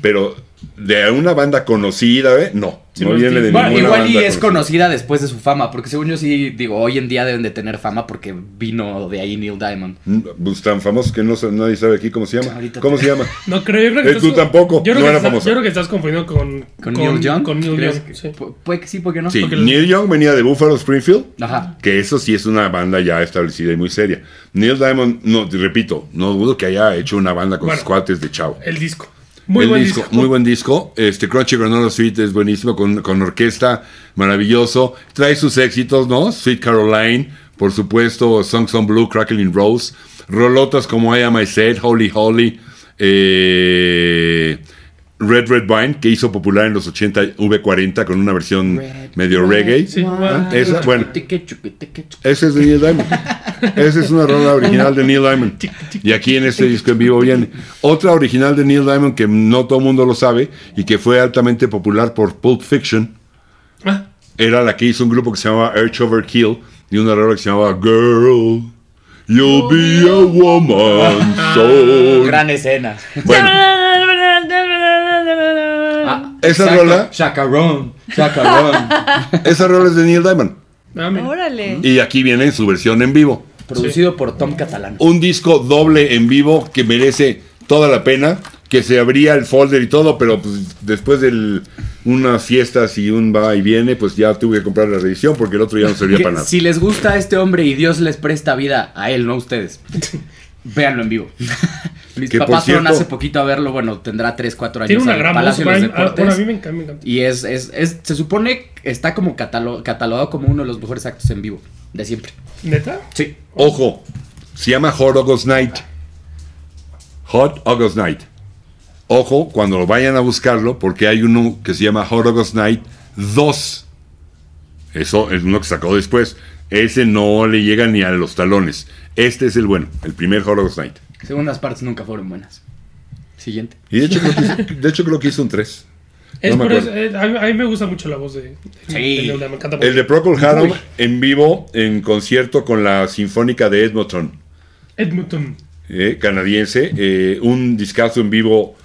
Speaker 1: pero de una banda conocida, ¿eh? no,
Speaker 3: Sí,
Speaker 1: no
Speaker 3: no,
Speaker 1: viene
Speaker 3: sí.
Speaker 1: de
Speaker 3: Bueno,
Speaker 1: ninguna
Speaker 2: Igual y
Speaker 1: banda
Speaker 2: es conocida después de su fama, porque según yo sí, digo, hoy en día deben de tener fama porque vino de ahí Neil Diamond.
Speaker 1: Mm, pues, tan famoso que no sa- nadie sabe aquí cómo se llama.
Speaker 2: Ahorita
Speaker 1: ¿Cómo
Speaker 2: te-
Speaker 1: se llama?
Speaker 3: No creo, yo creo que
Speaker 1: Eh, tú
Speaker 3: estás-
Speaker 1: tampoco,
Speaker 3: Yo creo,
Speaker 1: no
Speaker 3: que
Speaker 1: era
Speaker 3: estás,
Speaker 1: famoso.
Speaker 3: yo creo que estás confundido con,
Speaker 2: ¿Con, Neil Young?
Speaker 3: Con Neil
Speaker 2: ¿Crees
Speaker 3: Young,
Speaker 2: que-
Speaker 3: sí.
Speaker 2: pu- Puede que sí, puede que no.
Speaker 1: Sí,
Speaker 2: Porque-
Speaker 1: Neil Young venía de Buffalo Springfield.
Speaker 2: Ajá.
Speaker 1: que eso sí es una banda ya establecida y muy seria. Neil Diamond, no, te repito, no dudo que haya hecho una banda con
Speaker 3: Bueno.
Speaker 1: sus cuates de chavo.
Speaker 3: El disco. Muy
Speaker 1: El
Speaker 3: buen disco.
Speaker 1: Muy buen disco. Este Crunchy Granola Suite es buenísimo, con, con orquesta, maravilloso. Trae sus éxitos, ¿no? Sweet Caroline, por supuesto, Songs on Blue, Crackling Rose. Rolotas como I Am I Said, Holy Holy, eh, Red Red Wine, que hizo popular en los 80 V40 con una versión medio reggae. Ah,
Speaker 3: Sí, bueno.
Speaker 1: Esa, bueno,
Speaker 2: Chuqueteque, chuqueteque, chuqueteque.
Speaker 1: ese es de Neil Diamond. Esa es una rola original de Neil Diamond. Y aquí en este disco en vivo viene otra original de Neil Diamond que no todo el mundo lo sabe y que fue altamente popular por Pulp Fiction.
Speaker 3: Ah,
Speaker 1: Era la que hizo un grupo que se llamaba Urge Overkill y una rola que se llamaba Girl, You'll Be a Woman Soul.
Speaker 2: Gran escena.
Speaker 1: Bueno,
Speaker 2: Ah,
Speaker 1: Esa
Speaker 2: exacto.
Speaker 1: rola-
Speaker 2: Chacarón, chacarón.
Speaker 1: esa rola es de Neil Diamond.
Speaker 3: ah, mira.
Speaker 4: Órale.
Speaker 1: Y aquí viene su versión en vivo.
Speaker 2: Producido por Tom Catalán.
Speaker 1: un disco doble en vivo que merece toda la pena, que se abría el folder y todo, pero pues, después de unas fiestas y un va y viene, pues ya tuve que comprar la revisión porque el otro ya no servía
Speaker 2: Que
Speaker 1: para nada.
Speaker 2: si les gusta este hombre y Dios les presta vida a él, no a ustedes, véanlo en vivo. Mis
Speaker 1: Que, por
Speaker 2: papás fueron
Speaker 1: cierto-
Speaker 2: hace poquito a verlo, bueno, tendrá 3, 4 años.
Speaker 3: Tiene una
Speaker 2: al
Speaker 3: gran voz.
Speaker 2: Palacio de los
Speaker 3: Brian. Ah,
Speaker 2: Deportes.
Speaker 3: Bueno, a mí me encanta. me encanta.
Speaker 2: Y es, es, es- se supone que está como catalo- catalogado como uno de los mejores actos en vivo de siempre.
Speaker 3: ¿Neta?
Speaker 2: Sí.
Speaker 1: Ojo, se llama Hot August Night. Hot August Night. Ojo, cuando lo vayan a buscarlo, porque hay uno que se llama Hot August Night 2. Eso es uno que sacó después. Ese no le llega ni a los talones. Este es el bueno, el primer Hot August Night.
Speaker 2: Segundas partes nunca fueron buenas. Siguiente.
Speaker 1: Y de hecho creo que hizo, de hecho creo que hizo un 3.
Speaker 3: Es
Speaker 1: No me
Speaker 3: por
Speaker 1: acuerdo.
Speaker 3: eso- eh, a, mí, a mí me gusta mucho la voz de, de
Speaker 2: Sí.
Speaker 3: Neil Diamond, me encanta porque-
Speaker 1: El de Procol Harum en vivo, en concierto con la Sinfónica de Edmonton,
Speaker 3: Edmonton.
Speaker 1: eh, canadiense. eh, un discazo en vivo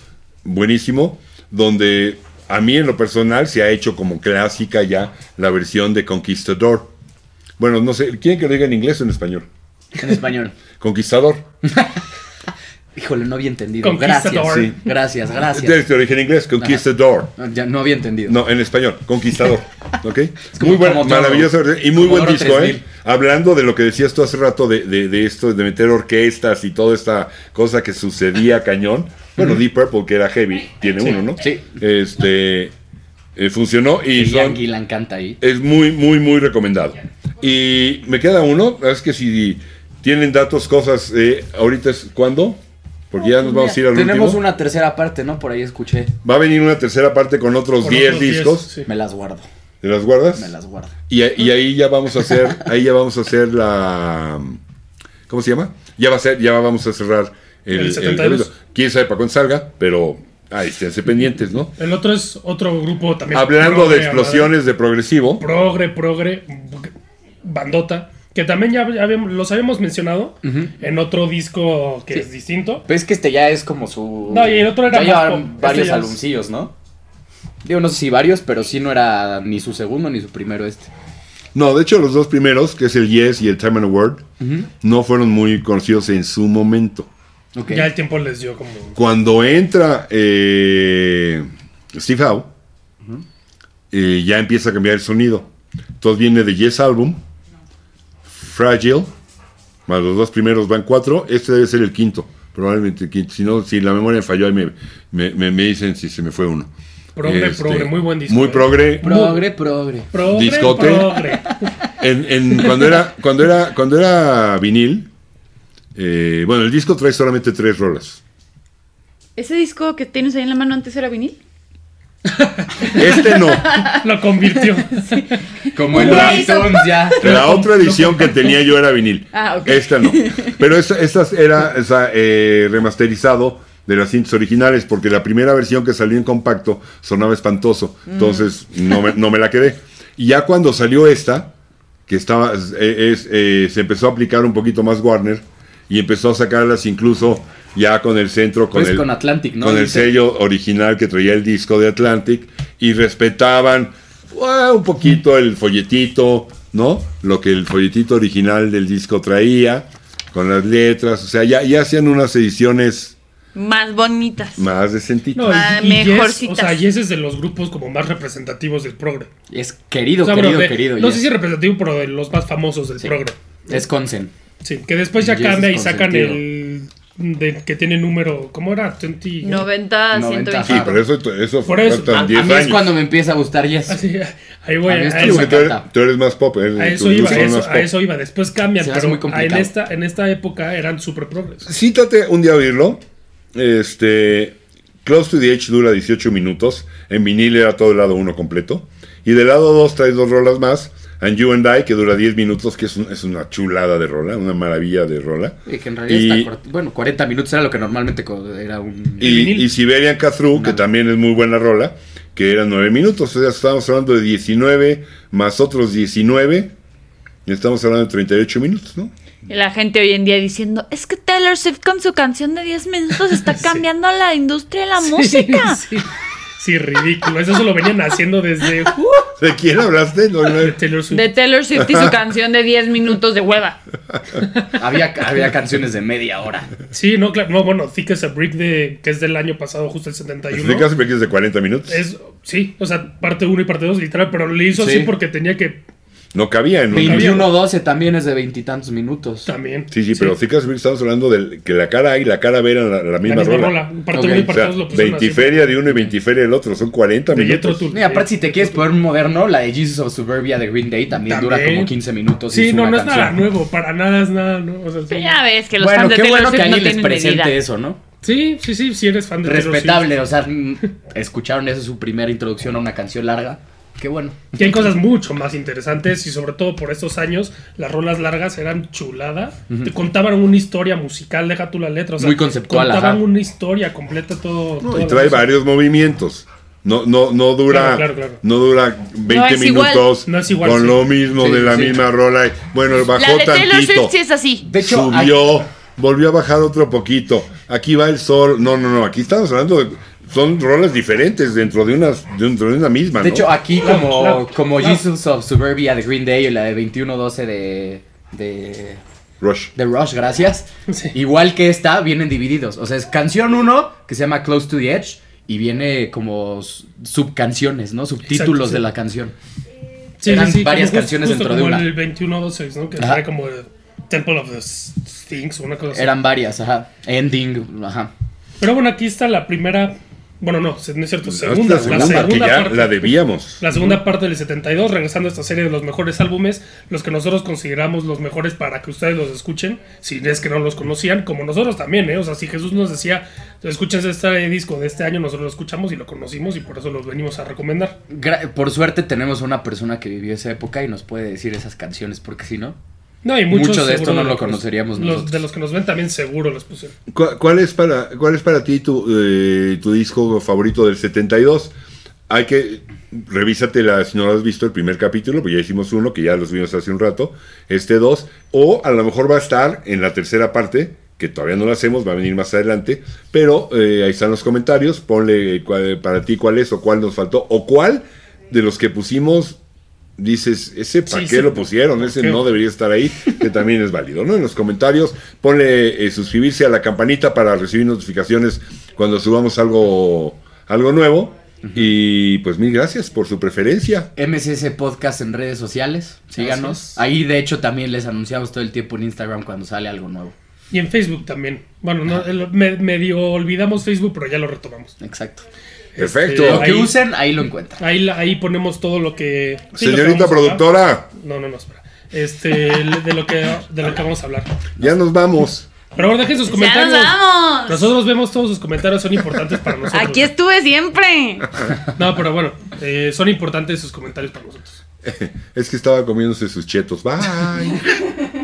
Speaker 1: buenísimo, donde a mí en lo personal se ha hecho como clásica ya la versión de Conquistador. Bueno, no sé, ¿quién que lo diga en inglés o en español?
Speaker 2: En español.
Speaker 1: Conquistador.
Speaker 2: Híjole, no había entendido. Gracias.
Speaker 3: Conquistador.
Speaker 1: Sí.
Speaker 2: Gracias, gracias.
Speaker 1: Es de origen inglés, Conquistador.
Speaker 2: No, Ah, ya no había entendido.
Speaker 1: No, en español, Conquistador. ¿Ok?
Speaker 2: como-
Speaker 1: muy bueno,
Speaker 2: como todo.
Speaker 1: maravilloso y muy buen
Speaker 2: Comodoro
Speaker 1: disco, ¿eh?
Speaker 2: 3000.
Speaker 1: Hablando de lo que decías tú hace rato de, de- de esto, de meter orquestas y toda esta cosa que sucedía cañón. Bueno, Deep Purple, que era heavy, tiene uno, ¿no?
Speaker 2: sí.
Speaker 1: Este. eh, funcionó y
Speaker 2: Y
Speaker 1: son-
Speaker 2: Yankee la encanta ahí.
Speaker 1: es muy, muy, muy recomendado. Y me queda uno, es que si tienen datos, cosas, eh, ahorita es cuándo, porque ya nos vamos a ir al
Speaker 2: Tenemos
Speaker 1: último.
Speaker 2: una tercera parte, ¿no? Por ahí escuché.
Speaker 1: Va a venir una tercera parte con otros
Speaker 3: Con
Speaker 1: 10
Speaker 3: otros diez,
Speaker 1: discos.
Speaker 3: sí.
Speaker 2: Me las guardo.
Speaker 1: ¿Te las guardas?
Speaker 2: Me las guardo.
Speaker 1: Y, a- y ahí ya vamos a hacer, ahí ya vamos a hacer la ¿cómo se llama? Ya va a ser, ya vamos a cerrar el,
Speaker 3: El
Speaker 1: el
Speaker 3: 72.
Speaker 1: capítulo. Quién sabe para cuándo salga, pero ahí esténse pendientes, ¿no?
Speaker 3: El otro es otro grupo también.
Speaker 1: Hablando
Speaker 3: progre,
Speaker 1: de explosiones de progresivo,
Speaker 3: Progre, progre, bandota. Que también ya habíamos- los habíamos mencionado en otro disco que es distinto.
Speaker 2: Pero es que este ya es como su.
Speaker 3: No, y el otro era
Speaker 2: Ya
Speaker 3: más
Speaker 2: llevaban
Speaker 3: pop. Este
Speaker 2: varios
Speaker 3: ya es-
Speaker 2: alumcillos, ¿no? Digo, no sé si varios, pero sí no era ni su segundo ni su primero este.
Speaker 1: no, de hecho los dos primeros, que es el Yes y el Time and Award, no fueron muy conocidos en su momento.
Speaker 2: Ok.
Speaker 3: Ya el tiempo les dio como.
Speaker 1: Cuando entra eh, Steve Howe, eh, ya empieza a cambiar el sonido. Entonces viene de Yes Album, Fragile, más los dos primeros van cuatro. Este debe ser el quinto, probablemente el quinto. Si no, si la memoria me falló, ahí me, me- me- me dicen si se me fue uno. Este,
Speaker 3: Progre, progre, muy buen disco,
Speaker 1: Muy
Speaker 3: eh.
Speaker 1: progre.
Speaker 2: Este, Progre, progre.
Speaker 3: Progre,
Speaker 1: Discote.
Speaker 3: progre.
Speaker 1: En, en- cuando, era, cuando, era, cuando era vinil, eh, bueno, el disco trae solamente tres rolas.
Speaker 4: ¿Ese disco que tienes ahí en la mano antes era vinil?
Speaker 1: Este no.
Speaker 3: Lo convirtió.
Speaker 2: Como el
Speaker 4: Güey,
Speaker 2: iTunes ya.
Speaker 1: La otra edición que tenía yo era vinil.
Speaker 4: Ah, ok.
Speaker 1: Esta Este no. Pero esta, esta era esa, eh, remasterizado de las cintas originales, porque la primera versión que salió en compacto sonaba espantoso.
Speaker 4: Mm.
Speaker 1: Entonces no, me, no me la quedé. Y ya cuando salió esta, que estaba, eh, es, eh, se empezó a aplicar un poquito más Warner y empezó a sacarlas incluso ya con el centro, con
Speaker 2: Pues
Speaker 1: el
Speaker 2: con Atlantic, ¿no?
Speaker 1: con el
Speaker 2: Dice.
Speaker 1: sello original que traía el disco de Atlantic y respetaban ah, un poquito el folletito, ¿no? Lo que el folletito original del disco traía, con las letras, o sea, ya, ya hacían unas ediciones
Speaker 4: Más bonitas.
Speaker 1: más decentitas.
Speaker 3: No, y-
Speaker 4: Ah,
Speaker 3: y, Yes, o
Speaker 4: mejorcitas.
Speaker 3: sea, Yes es de los grupos como más representativos del progre.
Speaker 2: Es querido,
Speaker 3: O sea,
Speaker 2: querido,
Speaker 3: bueno, de-
Speaker 2: querido.
Speaker 3: no
Speaker 2: yes.
Speaker 3: sé si es representativo, pero de los más famosos del
Speaker 2: Sí.
Speaker 3: progre.
Speaker 2: Es Consen.
Speaker 3: Sí, que después ya
Speaker 2: Yes
Speaker 3: cambia y
Speaker 2: es
Speaker 3: sacan
Speaker 2: consentido.
Speaker 3: el de- que tiene número, ¿cómo era? 20.
Speaker 4: 90,
Speaker 2: 90.
Speaker 4: 120.
Speaker 1: Sí, pero eso, eso
Speaker 3: Por eso,
Speaker 1: faltan
Speaker 2: A, a
Speaker 1: 10
Speaker 2: mí es
Speaker 1: años.
Speaker 2: cuando me empieza a gustar Yes.
Speaker 3: Así, Ah, ahí voy
Speaker 2: A mí
Speaker 3: a,
Speaker 2: esto
Speaker 3: a
Speaker 1: Sí,
Speaker 3: eso,
Speaker 1: porque tú, eres, tú eres más pop, eres-
Speaker 3: a
Speaker 1: tus
Speaker 3: eso iba,
Speaker 1: gustos
Speaker 3: a
Speaker 1: son
Speaker 3: eso,
Speaker 1: más
Speaker 3: a
Speaker 1: pop.
Speaker 3: eso iba. Después cambian,
Speaker 2: Se me hace
Speaker 3: pero
Speaker 2: muy complicado.
Speaker 3: en esta, en esta época eran super progres.
Speaker 1: Sí, trate un día de oírlo. Este, Close to the Edge dura 18 minutos. En vinil era todo el lado 1 completo. Y del lado 2 traes dos rolas más. And You and I, que dura 10 minutos, que es, un- es una chulada de rola, una maravilla de rola.
Speaker 2: Y que en realidad
Speaker 1: Y-
Speaker 2: está corto. Bueno, 40 minutos era lo que normalmente co- era un.
Speaker 1: Y,
Speaker 3: vinil.
Speaker 1: y Siberian Cathru, que también es muy buena rola, que eran 9 minutos. O sea, estábamos hablando de 19 más otros 19. y Estamos hablando de 38 minutos, ¿no?
Speaker 4: Y la gente hoy en día diciendo, es que Taylor Swift con su canción de 10 minutos está cambiando la industria de la música.
Speaker 3: Sí, sí, ridículo. Eso se lo venían haciendo desde uh,
Speaker 1: ¿De quién hablaste? No, no,
Speaker 3: de Taylor Swift.
Speaker 4: De Taylor Swift y su canción de 10 minutos de hueva.
Speaker 2: Había, había canciones de media hora.
Speaker 3: Sí, no, claro. No, bueno, Thick as a Brick, de, que es del año pasado, justo el 71.
Speaker 1: Explícase, porque es pues de 40 minutos.
Speaker 3: Es, sí, o sea, parte 1 y parte 2, literal, pero le hizo
Speaker 2: Sí.
Speaker 3: así porque tenía que
Speaker 1: No cabía en un
Speaker 2: 21-12 también es de veintitantos minutos.
Speaker 3: también.
Speaker 1: Sí, sí, pero sí que estamos hablando de que la cara A y la cara B eran la, la
Speaker 3: la
Speaker 1: misma,
Speaker 3: misma
Speaker 1: rola.
Speaker 3: rola. Parte
Speaker 2: Ok.
Speaker 3: 1 y
Speaker 1: O
Speaker 3: parte 2
Speaker 1: sea,
Speaker 3: lo pusieron
Speaker 1: 20
Speaker 3: así.
Speaker 1: feria de uno y 20 feria del otro, son 40
Speaker 3: De Jethro
Speaker 1: minutos.
Speaker 3: Tull.
Speaker 2: Y aparte, si te quieres poner moderno, la de Jesus of Suburbia de Green Day también, dura
Speaker 3: También.
Speaker 2: como 15 minutos. y
Speaker 3: Sí,
Speaker 2: es
Speaker 3: no,
Speaker 2: una
Speaker 3: no es nada
Speaker 2: canción.
Speaker 3: nuevo, para nada es nada, ¿no? O sea, sí.
Speaker 4: Pero ya ves que los
Speaker 2: Bueno,
Speaker 4: fans de
Speaker 2: qué
Speaker 4: Taylor
Speaker 2: bueno que
Speaker 4: Swift no
Speaker 2: alguien les
Speaker 4: tienen
Speaker 2: presente
Speaker 4: medida.
Speaker 2: eso, ¿no?
Speaker 3: Sí, sí, sí, si eres fan de Taylor Swift.
Speaker 2: Respetable, o sea, mm, escucharon eso su primera introducción a una canción larga. Qué bueno.
Speaker 3: Y hay cosas mucho más interesantes y sobre todo por estos años las rolas largas eran chulada. Te contaban una historia musical, deja tú la letra. O sea,
Speaker 2: Muy conceptual,
Speaker 3: Contaban
Speaker 2: ajá.
Speaker 3: una historia completa todo.
Speaker 1: No,
Speaker 3: toda
Speaker 1: y
Speaker 3: la
Speaker 1: trae
Speaker 3: música.
Speaker 1: varios movimientos. No, no, no dura,
Speaker 3: Claro, claro, claro.
Speaker 1: no dura 20
Speaker 4: No es igual.
Speaker 1: minutos
Speaker 3: No es igual,
Speaker 1: con
Speaker 3: sí.
Speaker 1: lo mismo
Speaker 2: Sí,
Speaker 1: de la
Speaker 2: sí.
Speaker 1: misma rola. Bueno,
Speaker 4: La
Speaker 1: bajó
Speaker 4: de Taylor
Speaker 1: tantito,
Speaker 4: Swift sí es así.
Speaker 2: De hecho, hay-
Speaker 1: subió, volvió a bajar otro poquito. Aquí va el sol. No, no, no. Aquí estamos hablando de son rolas diferentes dentro de una, dentro de una misma.
Speaker 2: De
Speaker 1: ¿no?
Speaker 2: hecho, aquí
Speaker 3: Claro,
Speaker 2: como,
Speaker 3: claro,
Speaker 2: como
Speaker 3: claro.
Speaker 2: Jesus of Suburbia de Green Day o la de 21-12 de, de,
Speaker 1: Rush.
Speaker 2: de Rush, gracias.
Speaker 3: Sí.
Speaker 2: Igual que esta, vienen divididos. O sea, es canción 1, que se llama Close to the Edge, y viene como s- subcanciones, ¿no? Subtítulos
Speaker 3: sí.
Speaker 2: de la canción.
Speaker 3: Sí,
Speaker 2: eran
Speaker 3: sí, sí, como
Speaker 2: varias
Speaker 3: justo-
Speaker 2: canciones
Speaker 3: justo
Speaker 2: dentro de
Speaker 3: como
Speaker 2: una.
Speaker 3: el 21-12, ¿no? Que
Speaker 2: Ajá.
Speaker 3: trae como eh, Temple of the S- Things, una cosa así.
Speaker 2: Eran varias, ajá. Ending, ajá.
Speaker 3: Pero bueno, aquí está la primera. Bueno, no, se- no es cierto,
Speaker 1: Esta es
Speaker 3: segunda.
Speaker 1: la segunda, que ya
Speaker 3: parte.
Speaker 1: la debíamos.
Speaker 3: La segunda parte del 72, regresando a esta serie de los mejores álbumes, los que nosotros consideramos los mejores para que ustedes los escuchen, si es que no los conocían, como nosotros también, ¿eh? O sea, si Jesús nos decía, escuchas este disco de este año, nosotros lo escuchamos y lo conocimos y por eso los venimos a recomendar.
Speaker 2: Gra- por suerte tenemos una persona que vivió esa época y nos puede decir esas canciones, porque si no...
Speaker 3: No, y muchos
Speaker 2: Mucho de
Speaker 3: seguro
Speaker 2: esto no lo
Speaker 3: los-
Speaker 2: conoceríamos
Speaker 3: los-
Speaker 2: nosotros.
Speaker 3: De los que nos ven también seguro los pusieron.
Speaker 1: ¿Cuál, cuál es para, ¿Cuál es para ti tu, eh, tu disco favorito del 72? Hay que. Revísatela si no lo has visto el primer capítulo, pues ya hicimos uno que ya lo subimos hace un rato. Este dos. O a lo mejor va a estar en la tercera parte, que todavía no la hacemos, va a venir más adelante. Pero eh, ahí están los comentarios. Ponle cuál- para ti cuál es o cuál nos faltó. O cuál de los que pusimos dices, ese para
Speaker 3: Sí,
Speaker 1: qué
Speaker 3: sí.
Speaker 1: lo pusieron, ese
Speaker 3: qué?
Speaker 1: no debería estar ahí, que también es válido, ¿no? En los comentarios, ponle eh, suscribirse a la campanita para recibir notificaciones cuando subamos algo, algo nuevo. Y pues mil gracias por su preferencia.
Speaker 2: MSS Podcast en redes sociales, síganos.
Speaker 3: es.
Speaker 2: Ahí de hecho también les anunciamos todo el tiempo en Instagram cuando sale algo nuevo.
Speaker 3: Y en Facebook también. Bueno, no, el- me- medio olvidamos Facebook, pero ya lo retomamos.
Speaker 2: Exacto.
Speaker 1: Perfecto.
Speaker 3: Este,
Speaker 2: Lo que
Speaker 3: Ahí-
Speaker 2: usen, ahí lo encuentran.
Speaker 3: Ahí, la- ahí ponemos todo lo que. sí, lo que
Speaker 1: Señorita
Speaker 3: vamos a hablar.
Speaker 1: productora,
Speaker 3: No, no, no, espera. Este, el- de lo que, de lo que vamos a hablar.
Speaker 1: ya nos vamos.
Speaker 3: Pero bueno, dejen sus
Speaker 4: ¡Ya nos
Speaker 3: comentarios.
Speaker 4: vamos!
Speaker 3: Nosotros vemos todos sus comentarios, son importantes para nosotros.
Speaker 4: Aquí estuve siempre.
Speaker 3: No, pero bueno, eh, son importantes sus comentarios para nosotros.
Speaker 1: Es que estaba comiéndose sus chetos. Bye.